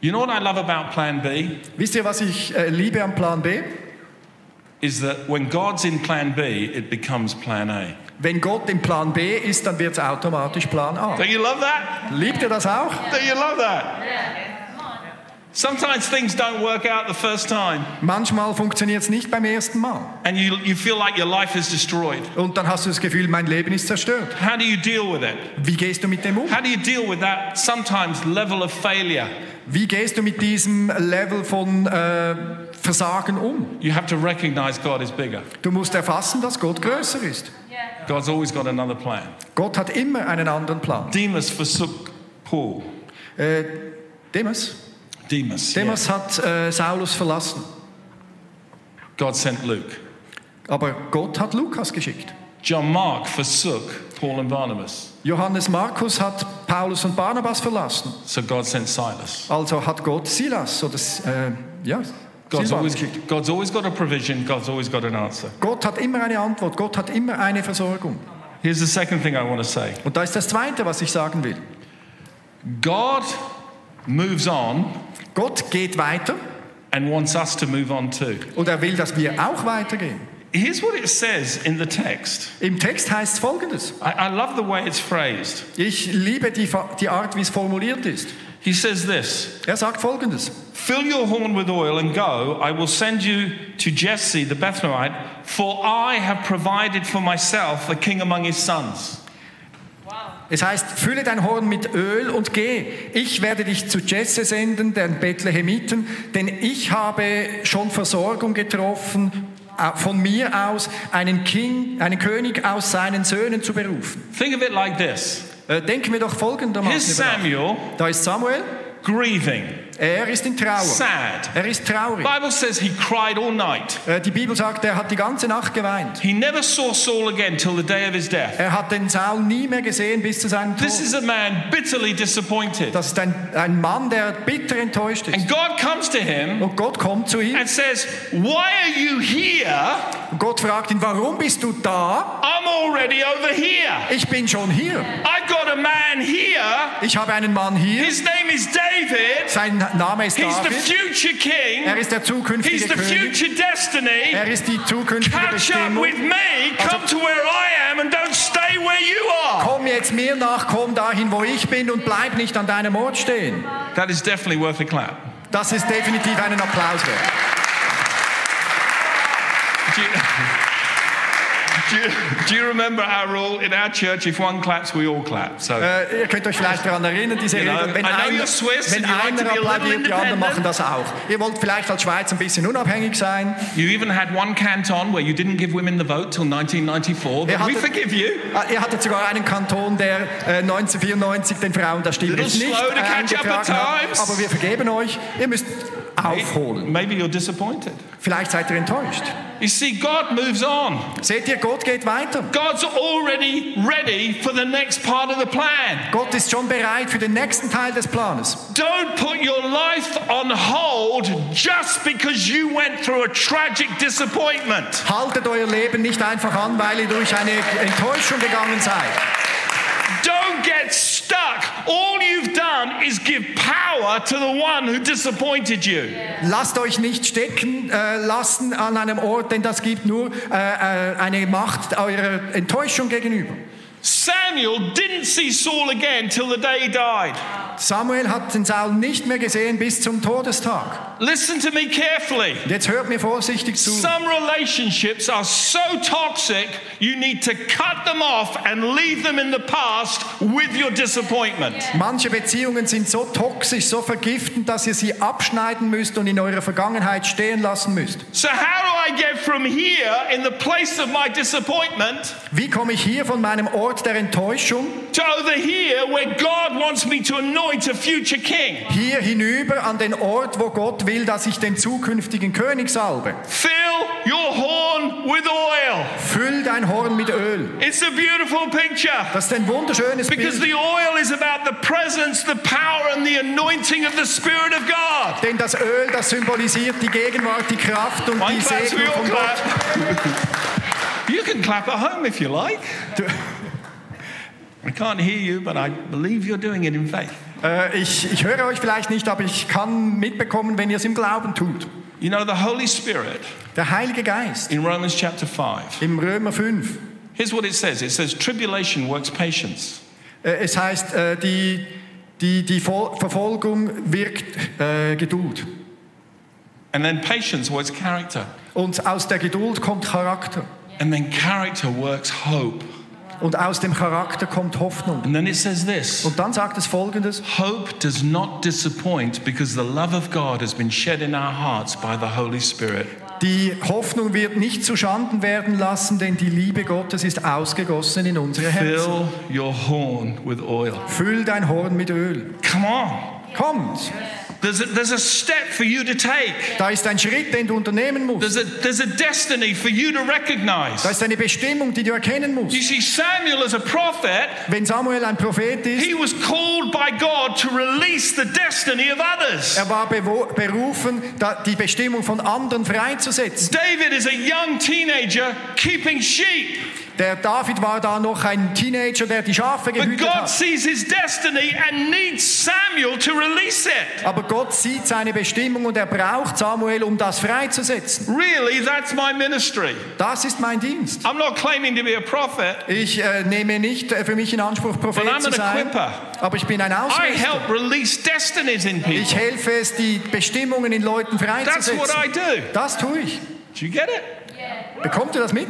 Speaker 2: You know what I love about plan B?
Speaker 1: Wisst ihr, was ich äh, liebe am Plan B?
Speaker 2: Is that when God's in plan B, it becomes plan A.
Speaker 1: Wenn Gott im Plan B ist, dann wird es automatisch Plan A.
Speaker 2: Don't you love that?
Speaker 1: Liebt ihr das auch?
Speaker 2: Don't you love that? Sometimes things don't work out the first time,
Speaker 1: Manchmal funktioniert es nicht beim ersten Mal.
Speaker 2: and you, you feel like your life is destroyed.
Speaker 1: Und dann hast du das Gefühl, mein Leben ist zerstört.
Speaker 2: How do you deal with it?
Speaker 1: Wie gehst du mit dem um?
Speaker 2: How do you deal with that sometimes level of failure?
Speaker 1: Wie gehst du mit diesem Level von äh, Versagen um?
Speaker 2: You have to recognize God is bigger.
Speaker 1: Du musst erfassen, dass Gott größer ist.
Speaker 2: God's always got another plan.
Speaker 1: Gott hat immer einen anderen Plan.
Speaker 2: Demas forsook Paul.
Speaker 1: Äh, Demas,
Speaker 2: Demas.
Speaker 1: Demas hat äh, Saulus verlassen,
Speaker 2: yeah. God sent Luke.
Speaker 1: aber Gott hat Lukas geschickt.
Speaker 2: John Mark forsook Paul and Barnabas.
Speaker 1: Johannes Markus hat Paulus und Barnabas verlassen,
Speaker 2: So God sent Silas.
Speaker 1: also hat Gott Silas oder äh, ja,
Speaker 2: God's
Speaker 1: Silvanus
Speaker 2: always,
Speaker 1: geschickt.
Speaker 2: God's always got a provision, God's always got an answer.
Speaker 1: Gott hat immer eine Antwort, Gott hat immer eine Versorgung.
Speaker 2: Here's the second thing I want to say
Speaker 1: Und da ist das Zweite, was ich sagen will.
Speaker 2: God moves on
Speaker 1: Gott geht weiter
Speaker 2: and wants us to move on too.
Speaker 1: und er will, dass wir auch weitergehen.
Speaker 2: Here's what it says in the text.
Speaker 1: Im Text heißt es Folgendes.
Speaker 2: I, I love the way it's phrased.
Speaker 1: Ich liebe die, Fa- die Art, wie es formuliert ist.
Speaker 2: He says this.
Speaker 1: Er sagt Folgendes.
Speaker 2: Fill your horn with oil and go. I will send you to Jesse the Bethlehemite, for I have provided for myself a king among his sons.
Speaker 1: Es heißt, fülle dein Horn mit Öl und geh. Ich werde dich zu Jesse senden, den Bethlehemiten, denn ich habe schon Versorgung getroffen, äh, von mir aus einen, King, einen König aus seinen Söhnen zu berufen.
Speaker 2: Think of it like this
Speaker 1: Äh, denken wir doch
Speaker 2: Here's
Speaker 1: folgendermaßen. über nach.
Speaker 2: Samuel
Speaker 1: Da ist Samuel,
Speaker 2: grieving,
Speaker 1: er ist in Trauer.
Speaker 2: sad.
Speaker 1: Er ist
Speaker 2: The
Speaker 1: traurig.
Speaker 2: Bible says he cried all night.
Speaker 1: Äh, Die Bibel sagt, er hat die ganze Nacht geweint.
Speaker 2: He never saw Saul again till the day of his death.
Speaker 1: Er hat den Saul nie mehr gesehen bis zu seinem
Speaker 2: This
Speaker 1: Tod.
Speaker 2: is a man bitterly disappointed.
Speaker 1: Das ist ein, ein Mann, der bitter enttäuscht ist.
Speaker 2: And God comes to him
Speaker 1: Und Gott kommt zu ihm.
Speaker 2: and says, Why are you here?
Speaker 1: Und Gott fragt ihn, warum bist du da?
Speaker 2: I'm already over here.
Speaker 1: Ich bin schon hier.
Speaker 2: I've got a man here.
Speaker 1: Ich habe einen Mann hier.
Speaker 2: His name is David.
Speaker 1: Sein Name ist
Speaker 2: He's the
Speaker 1: David.
Speaker 2: future
Speaker 1: Er
Speaker 2: king.
Speaker 1: ist der zukünftige
Speaker 2: He's the
Speaker 1: König.
Speaker 2: future destiny.
Speaker 1: Er ist die zukünftige
Speaker 2: Catch up
Speaker 1: Bestimmung.
Speaker 2: with me. Come to where I am and don't stay where you are.
Speaker 1: Komm jetzt mir nach, komm dahin, wo ich bin und bleib nicht an deinem Ort stehen.
Speaker 2: That is definitely worth a clap.
Speaker 1: Das ist definitiv einen Applaus wert.
Speaker 2: Do you, do you, do you remember our rule in our church? If one claps, we all clap. So
Speaker 1: Äh, ihr könnt euch vielleicht daran erinnern, diese
Speaker 2: Genau.
Speaker 1: Regel. Wenn
Speaker 2: I know
Speaker 1: einer,
Speaker 2: you're Swiss
Speaker 1: wenn
Speaker 2: and you like
Speaker 1: einer
Speaker 2: to be a little
Speaker 1: applaudiert, die anderen
Speaker 2: independent.
Speaker 1: machen das auch. Ihr wollt vielleicht als Schweiz ein bisschen unabhängig sein.
Speaker 2: you even had one canton where you didn't give women the vote till 1994.
Speaker 1: Ihr
Speaker 2: But we
Speaker 1: hattet-
Speaker 2: forgive you.
Speaker 1: Ah, Ihr hattet sogar einen Kanton, der äh, 1994 den Frauen das Stimmrecht
Speaker 2: Little
Speaker 1: nicht
Speaker 2: slow to
Speaker 1: äh,
Speaker 2: catch up
Speaker 1: eingetragen
Speaker 2: at
Speaker 1: hat.
Speaker 2: times.
Speaker 1: Aber wir vergeben euch. Ihr müsst aufholen.
Speaker 2: Maybe you're disappointed.
Speaker 1: Vielleicht seid ihr enttäuscht.
Speaker 2: You see, God moves on.
Speaker 1: Seht ihr, Gott geht weiter.
Speaker 2: God's already ready for the next part of the plan.
Speaker 1: Gott ist schon bereit für den nächsten Teil des Planes.
Speaker 2: Don't put your life on hold just because you went through a tragic disappointment.
Speaker 1: Haltet euer Leben nicht einfach an, weil ihr durch eine Enttäuschung gegangen seid.
Speaker 2: Don't get stuck. All you've done is give power to the one who disappointed you.
Speaker 1: Lasst euch nicht stecken äh, lassen an einem Ort, denn das gibt nur äh, äh, eine Macht eurer Enttäuschung gegenüber.
Speaker 2: Samuel didn't see Saul again till the day he died.
Speaker 1: Samuel hat den Saul nicht mehr gesehen bis zum Todestag.
Speaker 2: Listen to me carefully.
Speaker 1: Und jetzt hört mir vorsichtig zu.
Speaker 2: Some relationships are so toxic, you need to cut them off and leave them in the past with your disappointment.
Speaker 1: Manche Beziehungen sind so toxisch, so vergiftend, dass ihr sie abschneiden müsst und in eurer Vergangenheit stehen lassen müsst.
Speaker 2: So, how do I get from here in the place of my disappointment
Speaker 1: Wie komme ich hier von meinem Ort der Enttäuschung
Speaker 2: to over here where God wants me to anoint a future king?
Speaker 1: hier hinüber an den Ort, wo Gott will, dass ich den zukünftigen König salbe?
Speaker 2: Fill your horn with oil.
Speaker 1: Füll dein Horn mit Öl.
Speaker 2: It's a beautiful picture.
Speaker 1: Das ist ein wunderschönes
Speaker 2: Because
Speaker 1: Bild,
Speaker 2: the oil is about the presence, the power, and the anointing of the Spirit of God.
Speaker 1: denn das Öl, das symbolisiert die Gegenwart, die Kraft und die
Speaker 2: One claps, we
Speaker 1: Segnung
Speaker 2: all
Speaker 1: von Gott.
Speaker 2: clap. you can clap at home if you like. I can't hear you, but I believe you're doing it in faith.
Speaker 1: Äh, ich, ich höre euch vielleicht nicht, aber ich kann mitbekommen, wenn ihr es im Glauben tut.
Speaker 2: You know, the Holy Spirit
Speaker 1: Der Heilige Geist
Speaker 2: in Romans chapter 5,
Speaker 1: im Römer 5.
Speaker 2: here's what it says it says, Tribulation works patience.
Speaker 1: Äh, es heißt, äh, die, die, die Vol- Verfolgung wirkt äh, Geduld.
Speaker 2: And then patience works character.
Speaker 1: Und aus der Geduld kommt Charakter.
Speaker 2: And then character works hope.
Speaker 1: Und aus dem Charakter kommt Hoffnung.
Speaker 2: And then it says this
Speaker 1: Und dann sagt es folgendes.
Speaker 2: Hope does not disappoint because the love of God has been shed in our hearts by the Holy Spirit.
Speaker 1: Die Hoffnung wird nicht zu Schanden werden lassen, denn die Liebe Gottes ist ausgegossen in unsere Herzen.
Speaker 2: Fill your horn with oil.
Speaker 1: Füll dein Horn mit Öl.
Speaker 2: Come on.
Speaker 1: Kommt!
Speaker 2: There's a, there's a step for you to take.
Speaker 1: Da ist ein Schritt, den du unternehmen musst.
Speaker 2: There's a, there's a destiny for you to
Speaker 1: Da
Speaker 2: recognize.
Speaker 1: ist eine Bestimmung, die du erkennen
Speaker 2: You
Speaker 1: musst.
Speaker 2: see, Samuel as a prophet,
Speaker 1: Wenn Samuel ein Prophet ist,
Speaker 2: he was called by God to release the destiny of others.
Speaker 1: er war bewo- berufen, da- die Bestimmung von anderen freizusetzen.
Speaker 2: David is a young teenager keeping sheep,
Speaker 1: Der David war da noch ein Teenager, der die Schafe
Speaker 2: but
Speaker 1: gehütet
Speaker 2: God
Speaker 1: hat.
Speaker 2: sees his destiny and needs Samuel to release it.
Speaker 1: Aber Gott sieht seine Bestimmung und er braucht Samuel, um das freizusetzen.
Speaker 2: Really, that's my ministry.
Speaker 1: Das ist mein Dienst.
Speaker 2: I'm not claiming to be a prophet.
Speaker 1: Ich äh, nehme nicht äh, für mich in Anspruch,
Speaker 2: But
Speaker 1: Prophet
Speaker 2: I'm
Speaker 1: zu
Speaker 2: an
Speaker 1: sein,
Speaker 2: equiper.
Speaker 1: aber ich bin ein
Speaker 2: I
Speaker 1: Ausrüster.
Speaker 2: help release destinies in
Speaker 1: Ich
Speaker 2: people.
Speaker 1: helfe es, die Bestimmungen in Leuten
Speaker 2: That's
Speaker 1: freizusetzen.
Speaker 2: what I do.
Speaker 1: Das tue ich.
Speaker 2: Do you get it?
Speaker 1: Bekommt ihr das mit?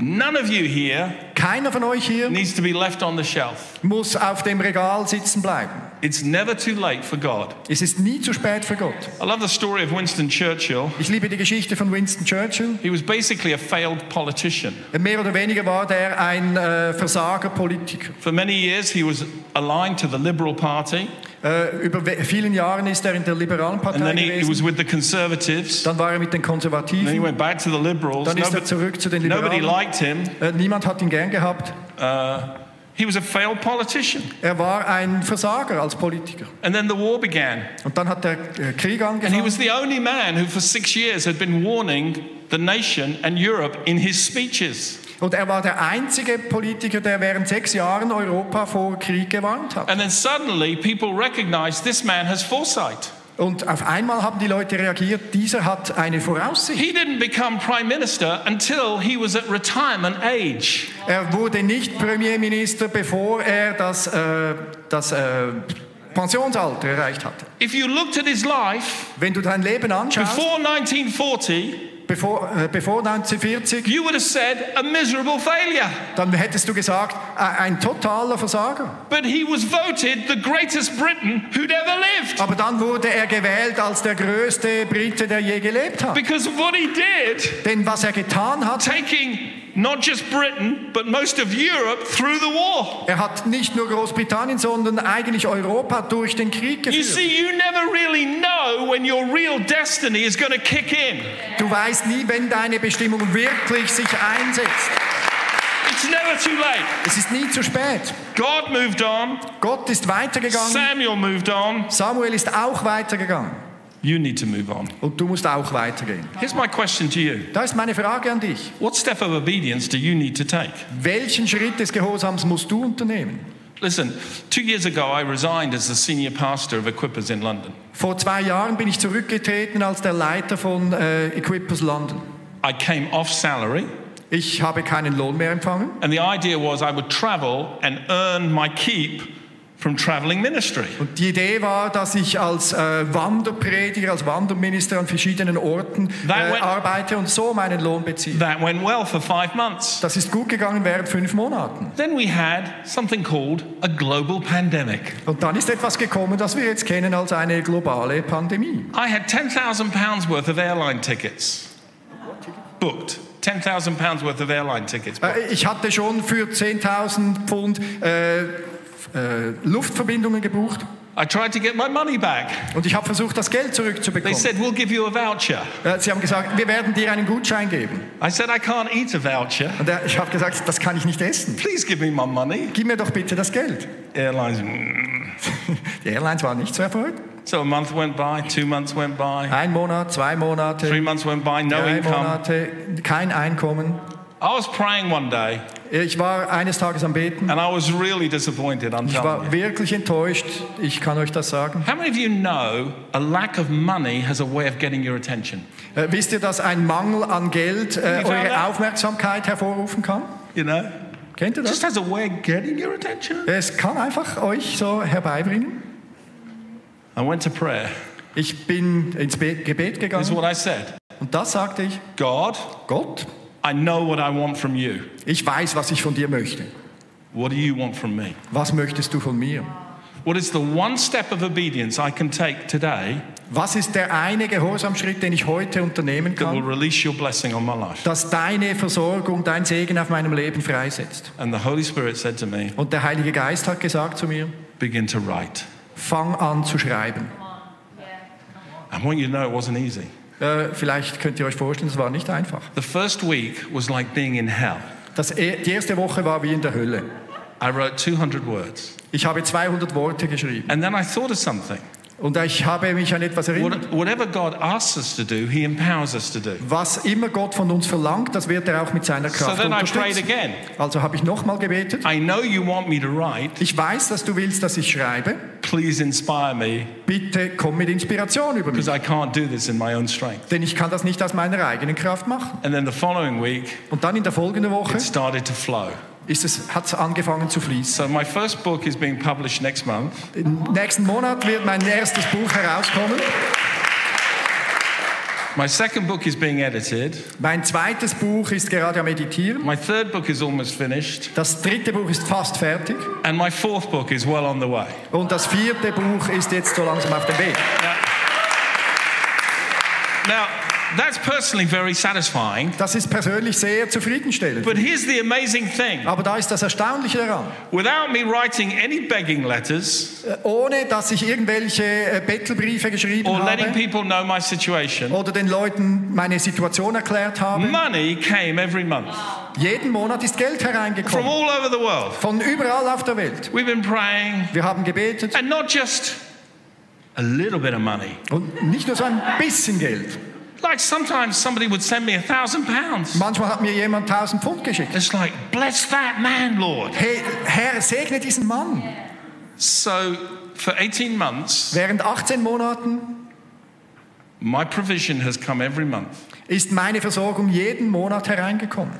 Speaker 2: None of you here
Speaker 1: Keiner von euch hier
Speaker 2: needs to be left on the shelf.
Speaker 1: muss auf dem Regal sitzen bleiben.
Speaker 2: It's never too late for God.
Speaker 1: Es ist nie zu spät für Gott.
Speaker 2: I love the story of Winston Churchill.
Speaker 1: Ich liebe die Geschichte von Winston Churchill.
Speaker 2: He was basically a failed politician.
Speaker 1: Mehr oder weniger war der ein äh, Versagerpolitiker.
Speaker 2: For many years, he was aligned to the Liberal Party,
Speaker 1: Äh, über we- vielen Jahren ist er in der liberalen
Speaker 2: and
Speaker 1: Partei
Speaker 2: then he, he
Speaker 1: gewesen.
Speaker 2: was with the Conservatives.
Speaker 1: Dann war er mit
Speaker 2: Then
Speaker 1: den
Speaker 2: he
Speaker 1: Konservativen.
Speaker 2: went back to the Liberals.
Speaker 1: Dann ist er
Speaker 2: Nobody,
Speaker 1: zurück zu den
Speaker 2: nobody
Speaker 1: Liberalen.
Speaker 2: liked him.
Speaker 1: Äh, niemand hat ihn gern gehabt.
Speaker 2: Uh, he was a failed politician.
Speaker 1: Er war ein Versager als Politiker.
Speaker 2: And then the war began.
Speaker 1: Und dann hat der äh, Krieg
Speaker 2: And he
Speaker 1: angefangen.
Speaker 2: was the only man who, for six years, had been warning the nation and Europe in his speeches.
Speaker 1: Und er war der einzige Politiker, der während sechs Jahren Europa vor Krieg gewarnt hat.
Speaker 2: And then suddenly, people recognized this man has foresight.
Speaker 1: Und auf einmal haben die Leute reagiert, dieser hat eine Voraussicht.
Speaker 2: He didn't become prime minister until he was at retirement age.
Speaker 1: Er wurde nicht Premierminister, bevor er das, äh, das äh, Pensionsalter erreicht hatte.
Speaker 2: If you looked at his life
Speaker 1: Wenn du dein Leben anschaust,
Speaker 2: before 1940,
Speaker 1: bevor, äh, bevor 1940,
Speaker 2: you would have said a miserable failure.
Speaker 1: dann hättest du gesagt, äh, ein totaler Versager.
Speaker 2: But he was voted the greatest Briton who'd ever lived
Speaker 1: Aber dann wurde er gewählt als der größte Brite, der je gelebt hat.
Speaker 2: because of what he did,
Speaker 1: Denn was er getan hat,
Speaker 2: taking not just Britain, but most of Europe through the war.
Speaker 1: er hat nicht nur Großbritannien, sondern eigentlich Europa durch den Krieg
Speaker 2: You
Speaker 1: geführt.
Speaker 2: see, you never really know when your real destiny is going to kick in.
Speaker 1: Du weißt nie, wenn deine Bestimmung wirklich sich einsetzt.
Speaker 2: It's never too late.
Speaker 1: Es ist nie zu spät.
Speaker 2: God moved on,
Speaker 1: Gott ist weitergegangen.
Speaker 2: Samuel moved on.
Speaker 1: Samuel ist auch weitergegangen.
Speaker 2: You need to move on.
Speaker 1: Und du musst auch weitergehen.
Speaker 2: Here's my question to you
Speaker 1: Da ist meine Frage an dich.
Speaker 2: What step of obedience do you need to take?
Speaker 1: Welchen Schritt des Gehorsams musst du unternehmen?
Speaker 2: Listen, two years ago, I resigned as the senior pastor of Equippers in London.
Speaker 1: Vor zwei Jahren bin ich zurückgetreten als der Leiter von äh, Equippers London.
Speaker 2: I came off salary,
Speaker 1: Ich habe keinen Lohn mehr empfangen.
Speaker 2: And the idea was I would travel and earn my keep from traveling ministry.
Speaker 1: Und die Idee war, dass ich als äh, Wanderprediger, als Wanderminister an verschiedenen Orten äh,
Speaker 2: That went-
Speaker 1: arbeite und so meinen Lohn beziehe.
Speaker 2: That went well for five months.
Speaker 1: Das ist gut gegangen während fünf Monaten.
Speaker 2: Then we had something called a global pandemic.
Speaker 1: Und dann ist etwas gekommen, das wir jetzt kennen als eine globale Pandemie.
Speaker 2: I had £10,000 worth of airline tickets booked. £10,000 worth of airline tickets. booked.
Speaker 1: Äh, ich hatte schon für 10.000 Pfund äh, f- äh, Luftverbindungen gebucht
Speaker 2: I tried to get my money back.
Speaker 1: und ich habe versucht, das Geld
Speaker 2: They
Speaker 1: zurückzubekommen.
Speaker 2: said, We'll give you a voucher.
Speaker 1: Äh, Sie haben gesagt, wir werden dir einen Gutschein geben.
Speaker 2: I said, I can't eat a voucher.
Speaker 1: Und äh, ich habe gesagt, das kann ich nicht essen.
Speaker 2: Please give me my money.
Speaker 1: Gib mir doch bitte das Geld.
Speaker 2: Airlines. "Mm."
Speaker 1: Die Airlines waren nicht so erfreut.
Speaker 2: So a month went by, two months went by,
Speaker 1: Ein Monat, zwei
Speaker 2: three
Speaker 1: Monate,
Speaker 2: months went by, no
Speaker 1: drei
Speaker 2: income.
Speaker 1: Monate, kein Einkommen.
Speaker 2: I was praying one day
Speaker 1: Ich war eines Tages am Beten.
Speaker 2: and I was really disappointed, I'm
Speaker 1: Ich
Speaker 2: telling
Speaker 1: war
Speaker 2: you.
Speaker 1: wirklich enttäuscht. Ich kann euch das sagen.
Speaker 2: How many of you know a lack of money has a way of getting your attention?
Speaker 1: Äh, wisst ihr, dass ein Mangel an Geld äh,
Speaker 2: Ich war
Speaker 1: eure
Speaker 2: da.
Speaker 1: Aufmerksamkeit hervorrufen kann?
Speaker 2: You know?
Speaker 1: Kennt ihr
Speaker 2: Just
Speaker 1: das?
Speaker 2: has a way of getting your attention.
Speaker 1: Es kann einfach euch so herbeibringen.
Speaker 2: I went to prayer.
Speaker 1: Ich bin ins Be
Speaker 2: This
Speaker 1: Gebet
Speaker 2: is
Speaker 1: gegangen
Speaker 2: what I said
Speaker 1: und das sagte ich,
Speaker 2: God,
Speaker 1: Gott,
Speaker 2: I know what I want from you.
Speaker 1: ich weiß, was ich von dir möchte.
Speaker 2: What do you want from me?
Speaker 1: Was möchtest du von mir?
Speaker 2: What is the one step of obedience I can take today
Speaker 1: Was ist der eine Gehorsamschritt, den ich heute unternehmen
Speaker 2: that will
Speaker 1: kann,
Speaker 2: release your blessing on my life?
Speaker 1: dass deine Versorgung, dein Segen auf meinem Leben freisetzt?
Speaker 2: And the Holy Spirit said to me,
Speaker 1: Und der Heilige Geist hat gesagt zu mir,
Speaker 2: Begin to write.
Speaker 1: fang an zu schreiben.
Speaker 2: I want you to know it wasn't easy.
Speaker 1: Äh, vielleicht könnt ihr euch vorstellen, es war nicht einfach.
Speaker 2: The first week was like being in hell.
Speaker 1: Das, e- die erste Woche war wie in der Hölle.
Speaker 2: I wrote 200 words.
Speaker 1: Ich habe 200 Worte geschrieben
Speaker 2: And then I thought of something.
Speaker 1: und ich habe mich an etwas erinnert.
Speaker 2: What, whatever God asks us to do, He empowers us to do.
Speaker 1: Was immer Gott von uns verlangt, das wird er auch mit seiner
Speaker 2: So
Speaker 1: Kraft
Speaker 2: then I prayed
Speaker 1: unterstützen.
Speaker 2: again.
Speaker 1: Also habe ich nochmal gebetet.
Speaker 2: I know you want me to write.
Speaker 1: Ich weiß, dass du willst, dass ich schreibe.
Speaker 2: Please inspire me
Speaker 1: Bitte komm mit Inspiration über mich,
Speaker 2: because I can't do this in my own strength.
Speaker 1: denn ich kann das nicht aus meiner eigenen Kraft machen.
Speaker 2: And then the following week,
Speaker 1: Und dann in der folgenden Woche
Speaker 2: it started to flow.
Speaker 1: ist es, hat es angefangen zu fließen.
Speaker 2: So my first book is being published next month.
Speaker 1: Im nächsten Monat wird mein erstes Buch herauskommen.
Speaker 2: My second book is being edited.
Speaker 1: Mein zweites Buch ist gerade am Editieren.
Speaker 2: My third book is almost finished.
Speaker 1: Das dritte Buch ist fast fertig.
Speaker 2: And my fourth book is well on the way.
Speaker 1: Und das vierte Buch ist jetzt so langsam auf dem Weg.
Speaker 2: Now, that's personally very satisfying.
Speaker 1: Das ist persönlich sehr zufriedenstellend.
Speaker 2: But here's the amazing thing
Speaker 1: Aber da ist das Erstaunliche daran.
Speaker 2: without me writing any begging letters
Speaker 1: Äh, Ohne dass ich irgendwelche äh, Bettelbriefe geschrieben
Speaker 2: or Oh, letting
Speaker 1: habe
Speaker 2: people know my situation,
Speaker 1: oder den Leuten meine Situation erklärt habe,
Speaker 2: money came every month
Speaker 1: jeden Monat ist Geld
Speaker 2: from
Speaker 1: hereingekommen.
Speaker 2: all over the world.
Speaker 1: Von überall auf der Welt.
Speaker 2: We've been praying,
Speaker 1: Wir haben gebetet
Speaker 2: and not just a little bit of money.
Speaker 1: und nicht nur so ein bisschen Geld.
Speaker 2: Like sometimes somebody would send me a thousand pounds.
Speaker 1: Manchmal hat mir jemand 1000 Pfund geschickt.
Speaker 2: It's like, bless that man, Lord.
Speaker 1: Hey, Herr, segne diesen Mann.
Speaker 2: So for 18 months,
Speaker 1: Während 18 Monaten
Speaker 2: my provision has come every month,
Speaker 1: ist meine Versorgung jeden Monat hereingekommen.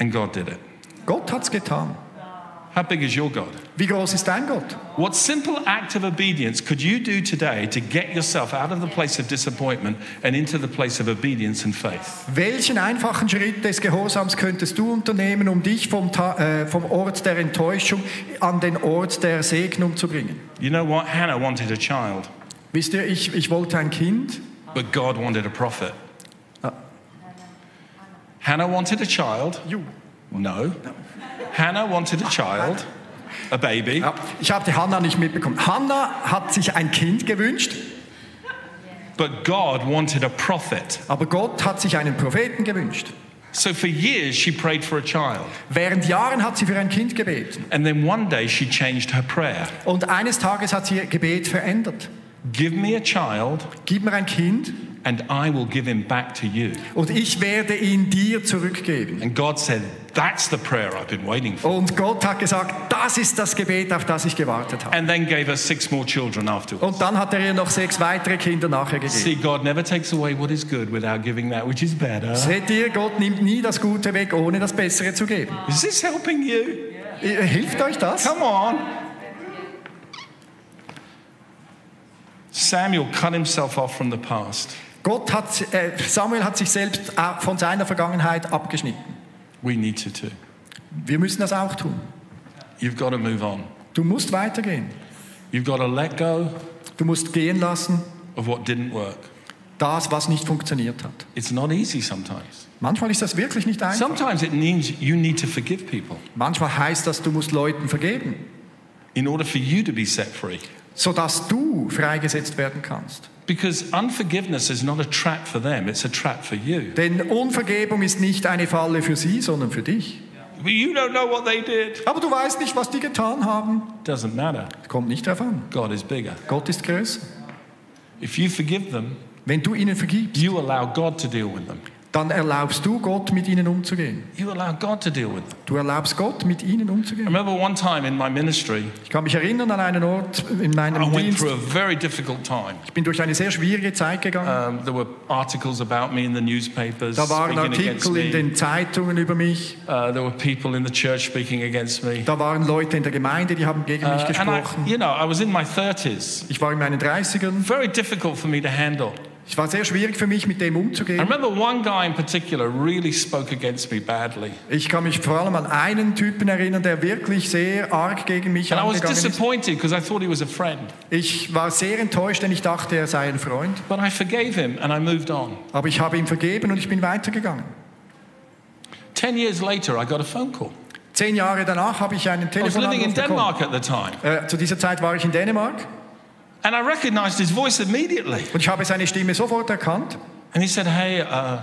Speaker 2: and God did it.
Speaker 1: Gott hat's getan.
Speaker 2: How big is your God?
Speaker 1: Wie groß ist dein Gott?
Speaker 2: What simple act of obedience could you do today to get yourself out of the place of disappointment and into the place of obedience and faith?
Speaker 1: Welchen einfachen Schritt des Gehorsams könntest du unternehmen, um dich vom, Ta äh, vom Ort der Enttäuschung an den Ort der Segnung zu bringen?
Speaker 2: You know what? Hannah wanted a child,
Speaker 1: Wisst ihr, ich, ich wollte ein Kind.
Speaker 2: but God wanted a prophet.
Speaker 1: Ah.
Speaker 2: Hannah wanted a child. No. Hannah wanted a child, a baby,
Speaker 1: Ja, ich habe die Hanna nicht mitbekommen. Hanna hat sich ein Kind gewünscht,
Speaker 2: but God wanted a prophet.
Speaker 1: aber Gott hat sich einen Propheten gewünscht.
Speaker 2: So for years she prayed for a child,
Speaker 1: Während Jahren hat sie für ein Kind gebeten.
Speaker 2: and then one day she changed her prayer.
Speaker 1: Und eines Tages hat sie ihr Gebet verändert.
Speaker 2: Give me a child,
Speaker 1: Gib mir ein Kind
Speaker 2: and I will give him back to you.
Speaker 1: und ich werde ihn dir zurückgeben.
Speaker 2: And God said, That's the prayer I've been waiting for.
Speaker 1: Und Gott hat gesagt, das ist das Gebet, auf das ich gewartet habe.
Speaker 2: And then gave us six more children afterwards.
Speaker 1: Und dann hat er ihr noch sechs weitere Kinder nachher gegeben.
Speaker 2: See, God never takes away what is good without giving that which is better.
Speaker 1: Seht ihr, Gott nimmt nie das Gute weg, ohne das Bessere zu geben.
Speaker 2: Is this helping you?
Speaker 1: Äh, Hilft euch das?
Speaker 2: Come on. Samuel cut himself off from the past.
Speaker 1: Gott hat, äh, Samuel hat sich selbst äh, von seiner Vergangenheit abgeschnitten.
Speaker 2: We need to too.
Speaker 1: Wir müssen das auch tun.
Speaker 2: You've got to move on.
Speaker 1: Du musst weitergehen.
Speaker 2: You've got to let go
Speaker 1: Du musst gehen lassen,
Speaker 2: of what didn't work.
Speaker 1: das, was nicht funktioniert hat.
Speaker 2: It's not easy sometimes.
Speaker 1: Manchmal ist das wirklich nicht einfach.
Speaker 2: Sometimes it means you need to forgive people
Speaker 1: Manchmal heißt das, du musst Leuten vergeben,
Speaker 2: in order for you to be set free.
Speaker 1: sodass du freigesetzt werden kannst.
Speaker 2: Because unforgiveness is not a trap for them, it's a trap for you.
Speaker 1: Denn Unvergebung ist nicht eine Falle für sie, sondern für dich.
Speaker 2: But you don't know what they did.
Speaker 1: Aber du weißt nicht, was die getan haben.
Speaker 2: Doesn't matter.
Speaker 1: Kommt nicht drauf an.
Speaker 2: God is bigger.
Speaker 1: Gott ist größer.
Speaker 2: If you forgive them,
Speaker 1: Wenn du ihnen vergibst,
Speaker 2: you allow God to deal with them.
Speaker 1: dann erlaubst du Gott, mit ihnen umzugehen.
Speaker 2: You allow God to deal with them.
Speaker 1: Du erlaubst Gott, mit ihnen
Speaker 2: I
Speaker 1: umzugehen.
Speaker 2: remember one time in my ministry,
Speaker 1: Ich kann mich erinnern an einen Ort in
Speaker 2: I
Speaker 1: meinem
Speaker 2: went
Speaker 1: Dienst.
Speaker 2: through a very difficult time.
Speaker 1: Ich bin durch eine sehr schwierige Zeit gegangen.
Speaker 2: Um, there were articles about me in the newspapers
Speaker 1: Da waren
Speaker 2: Uh, speaking against
Speaker 1: Artikel in
Speaker 2: me.
Speaker 1: den Zeitungen über mich.
Speaker 2: Uh, there were people in the church speaking against me.
Speaker 1: Da waren Leute in der Gemeinde, die haben gegen
Speaker 2: Uh,
Speaker 1: mich
Speaker 2: and I,
Speaker 1: gesprochen.
Speaker 2: you know, I was in my 30s.
Speaker 1: Ich war in meinen 30ern.
Speaker 2: Very difficult for me to handle.
Speaker 1: Es war sehr schwierig für mich, mit dem
Speaker 2: I
Speaker 1: umzugehen.
Speaker 2: remember one guy in particular really spoke against me badly.
Speaker 1: Ich kann mich vor allem an einen Typen erinnern, der wirklich sehr arg gegen mich
Speaker 2: And I was
Speaker 1: angegangen ist.
Speaker 2: disappointed because I thought he was a friend.
Speaker 1: Ich war sehr enttäuscht, denn ich dachte, er sei ein Freund.
Speaker 2: But I forgave him and I moved on.
Speaker 1: Aber ich habe ihm vergeben und ich bin weitergegangen.
Speaker 2: Ten years later, I got a phone call.
Speaker 1: Zehn Jahre danach habe ich einen
Speaker 2: I was living in
Speaker 1: Telefonanruf bekommen.
Speaker 2: Denmark at the time.
Speaker 1: Äh, zu dieser Zeit war ich in Dänemark
Speaker 2: And I recognized his voice immediately.
Speaker 1: und ich habe seine Stimme sofort erkannt.
Speaker 2: And he said, Hey, uh,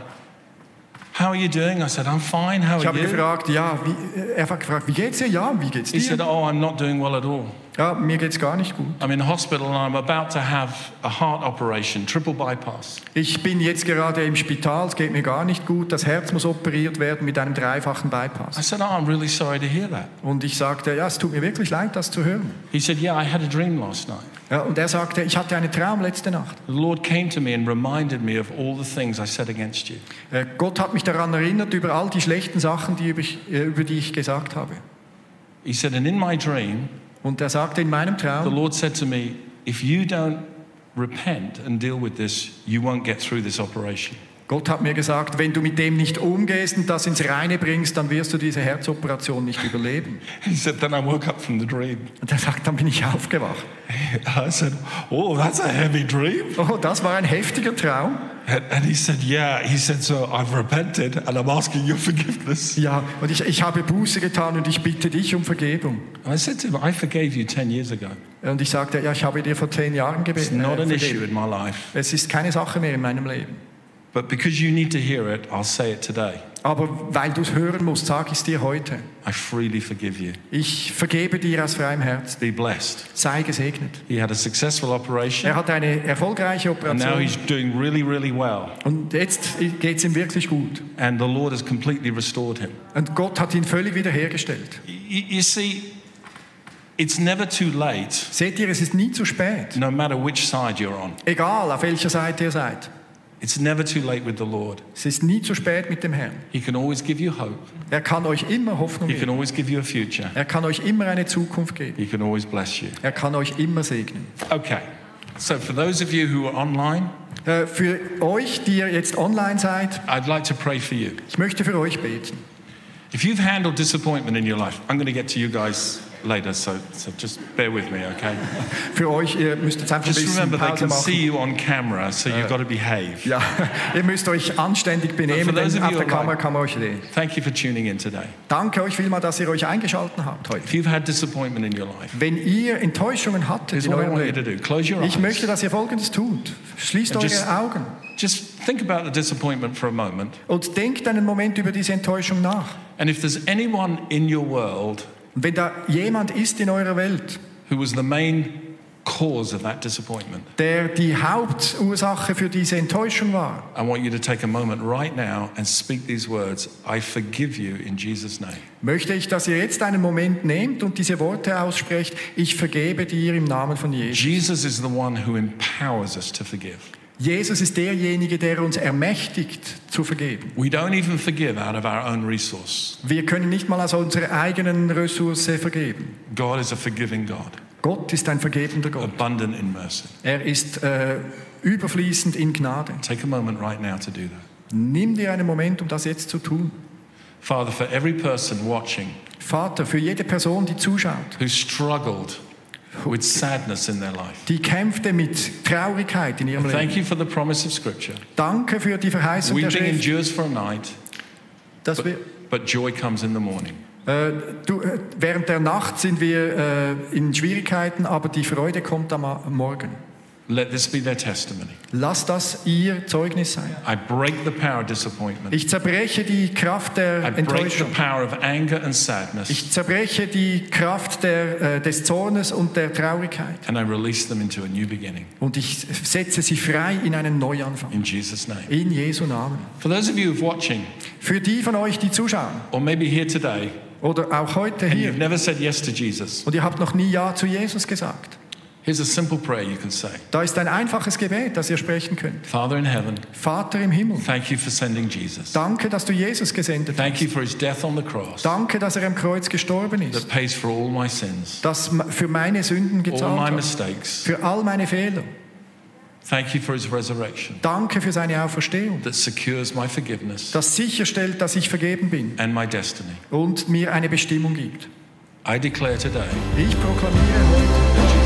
Speaker 2: how are you doing? I said, I'm fine. How
Speaker 1: Ich
Speaker 2: are
Speaker 1: habe
Speaker 2: you?
Speaker 1: gefragt, ja, wie, äh, er hat gefragt, wie geht's dir? Ja, wie geht's
Speaker 2: He said,
Speaker 1: dir?
Speaker 2: Oh, I'm not doing well at all.
Speaker 1: Ja, mir geht's gar nicht gut.
Speaker 2: I'm in hospital and I'm about to have a heart operation, triple bypass.
Speaker 1: Ich bin jetzt gerade im Spital, es geht mir gar nicht gut. Das Herz muss operiert werden mit einem dreifachen Bypass.
Speaker 2: I said, Oh, I'm really sorry to hear that.
Speaker 1: Und ich sagte, ja, es tut mir wirklich leid, das zu hören.
Speaker 2: He said, Yeah, I had a dream last night.
Speaker 1: Ja, und er sagte, ich hatte einen Traum letzte Nacht.
Speaker 2: The Lord came to me and reminded me of all the things I said against you.
Speaker 1: Äh, Gott hat mich daran erinnert, über all die schlechten Sachen, die über, ich, äh, über die ich gesagt habe.
Speaker 2: He said, And in my dream,
Speaker 1: Und er sagte in meinem
Speaker 2: the
Speaker 1: Traum,
Speaker 2: Lord said to me, If you don't repent and deal with this, you won't get through this operation.
Speaker 1: Gott hat mir gesagt, wenn du mit dem nicht umgehst und das ins Reine bringst, dann wirst du diese Herzoperation nicht überleben.
Speaker 2: He said, Then I woke up from the dream.
Speaker 1: Und er sagt, dann bin ich aufgewacht.
Speaker 2: I said, Oh, that's a heavy dream.
Speaker 1: Oh, das war ein heftiger Traum.
Speaker 2: And, and he said, Yeah. He said, So I've repented and I'm asking your forgiveness.
Speaker 1: Ja, und ich, ich habe Buße getan und ich bitte dich um Vergebung.
Speaker 2: I said to him, I forgave you 10 years ago.
Speaker 1: Und ich sagte, ja, ich habe dir vor zehn Jahren
Speaker 2: It's
Speaker 1: gebeten.
Speaker 2: not
Speaker 1: Äh,
Speaker 2: an issue
Speaker 1: vergeben.
Speaker 2: in my life.
Speaker 1: es ist keine Sache mehr in meinem Leben.
Speaker 2: But because you need to hear it, I'll say it today.
Speaker 1: Aber weil du es hören musst, sage ich es dir heute.
Speaker 2: I freely forgive you.
Speaker 1: Ich vergebe dir aus freiem Herzen.
Speaker 2: Be blessed.
Speaker 1: Sei gesegnet.
Speaker 2: He had a successful operation.
Speaker 1: Er hat eine erfolgreiche
Speaker 2: And now
Speaker 1: Operation
Speaker 2: he's doing really, really well.
Speaker 1: und jetzt geht es ihm wirklich gut.
Speaker 2: And the Lord has completely restored him.
Speaker 1: Und Gott hat ihn völlig wiederhergestellt.
Speaker 2: Y- y- You see, it's never too late,
Speaker 1: Seht ihr, es ist nie zu spät.
Speaker 2: no matter which side you're on.
Speaker 1: Egal, auf welcher Seite ihr seid.
Speaker 2: It's never too late with the Lord.
Speaker 1: Es ist nie zu spät mit dem Herrn.
Speaker 2: He can always give you hope,
Speaker 1: Er kann euch immer Hoffnung
Speaker 2: He can
Speaker 1: geben.
Speaker 2: always give you a future,
Speaker 1: Er kann euch immer eine Zukunft geben.
Speaker 2: He can always bless you.
Speaker 1: Er kann euch immer segnen.
Speaker 2: Okay, so for those of you who are online,
Speaker 1: Äh, Für euch, die ihr jetzt online seid,
Speaker 2: I'd like to pray for you.
Speaker 1: ich möchte für euch beten.
Speaker 2: If you've handled disappointment in your life, I'm going to get to you guys later, so, so just bear with me, okay?
Speaker 1: Für euch, ihr müsst jetzt einfach ein
Speaker 2: Just
Speaker 1: bisschen
Speaker 2: remember they
Speaker 1: Pause
Speaker 2: can see
Speaker 1: machen.
Speaker 2: you on camera, so you've got to behave.
Speaker 1: Ja, ihr müsst euch anständig benehmen,
Speaker 2: those
Speaker 1: denn
Speaker 2: of
Speaker 1: auf
Speaker 2: you
Speaker 1: der
Speaker 2: who are
Speaker 1: Kamera kann man euch sehen.
Speaker 2: Thank you for tuning in today.
Speaker 1: Danke euch vielmals, dass ihr euch eingeschaltet habt heute.
Speaker 2: If you've had disappointment in your life,
Speaker 1: Wenn ihr Enttäuschungen hattet
Speaker 2: here's
Speaker 1: in
Speaker 2: what I
Speaker 1: eurem
Speaker 2: want you to
Speaker 1: Leben,
Speaker 2: do. Close your
Speaker 1: ich möchte,
Speaker 2: eyes.
Speaker 1: dass ihr Folgendes tut. Schließt
Speaker 2: And just-
Speaker 1: eure Augen
Speaker 2: Just think about the disappointment for a moment.
Speaker 1: und denkt einen Moment über diese Enttäuschung nach.
Speaker 2: And if there's anyone in your world
Speaker 1: Und wenn da jemand ist in eurer Welt,
Speaker 2: who was the main cause of that disappointment.
Speaker 1: der die Hauptursache für diese Enttäuschung war.
Speaker 2: I want you to take a moment right now and speak these words I forgive you in Jesus' name.
Speaker 1: Möchte ich, dass ihr jetzt einen Moment nehmt und diese Worte aussprecht, ich vergebe dir im Namen von Jesus.
Speaker 2: Jesus is the one who empowers us to forgive.
Speaker 1: Jesus ist derjenige, der uns ermächtigt zu vergeben.
Speaker 2: We don't even forgive out of our own resource.
Speaker 1: Wir können nicht mal aus unserer eigenen Ressource vergeben.
Speaker 2: God is a forgiving God,
Speaker 1: Gott ist ein vergebender Gott.
Speaker 2: abundant in mercy.
Speaker 1: Er ist äh, überfließend in Gnade.
Speaker 2: Take a moment right now to do that.
Speaker 1: Nimm dir einen Moment, um das jetzt zu tun.
Speaker 2: Father, for every person watching
Speaker 1: Vater, für jede Person, die zuschaut,
Speaker 2: who struggled with sadness in their life,
Speaker 1: die kämpfte mit Traurigkeit in ihrem Leben.
Speaker 2: thank you for the promise of Scripture.
Speaker 1: Danke für die Verheißung der
Speaker 2: Weeping
Speaker 1: Schrift,
Speaker 2: endures for a night,
Speaker 1: dass wir
Speaker 2: but joy comes in the morning.
Speaker 1: Äh, du, äh, während der Nacht sind wir äh, in Schwierigkeiten, aber die Freude kommt am Ma- Morgen.
Speaker 2: Let this be their testimony.
Speaker 1: Lass das Ihr Zeugnis sein.
Speaker 2: I break the power of disappointment.
Speaker 1: Ich zerbreche die Kraft der
Speaker 2: I break the
Speaker 1: Enttäuschung.
Speaker 2: power of anger and sadness,
Speaker 1: Ich zerbreche die Kraft der, äh, des Zornes und der Traurigkeit.
Speaker 2: and I release them into a new beginning
Speaker 1: Und ich setze sie frei in einen Neuanfang.
Speaker 2: in Jesus' name.
Speaker 1: In Jesu Namen.
Speaker 2: For those of you who are watching,
Speaker 1: Für die von euch, die zuschauen
Speaker 2: or maybe here today,
Speaker 1: oder auch heute
Speaker 2: and you've
Speaker 1: hier
Speaker 2: never said yes to Jesus,
Speaker 1: und ihr habt noch nie Ja zu Jesus gesagt,
Speaker 2: here's a simple prayer you can say
Speaker 1: da ist ein einfaches Gebet, das ihr sprechen könnt.
Speaker 2: Father in heaven,
Speaker 1: Vater im Himmel,
Speaker 2: thank you for sending Jesus.
Speaker 1: danke, dass du Jesus gesendet hast.
Speaker 2: Thank you for his death on the cross
Speaker 1: Danke, dass er am Kreuz gestorben
Speaker 2: that
Speaker 1: ist,
Speaker 2: pays for all my sins,
Speaker 1: dass m- für meine Sünden
Speaker 2: all my
Speaker 1: gezahlt hat,
Speaker 2: mistakes.
Speaker 1: für all meine Fehler.
Speaker 2: Thank you for his resurrection
Speaker 1: Danke für seine Auferstehung,
Speaker 2: that secures my forgiveness
Speaker 1: das sicherstellt, dass ich vergeben bin
Speaker 2: and my destiny.
Speaker 1: und mir eine Bestimmung gibt.
Speaker 2: I declare today
Speaker 1: Ich proklamiere heute,
Speaker 2: that Jesus.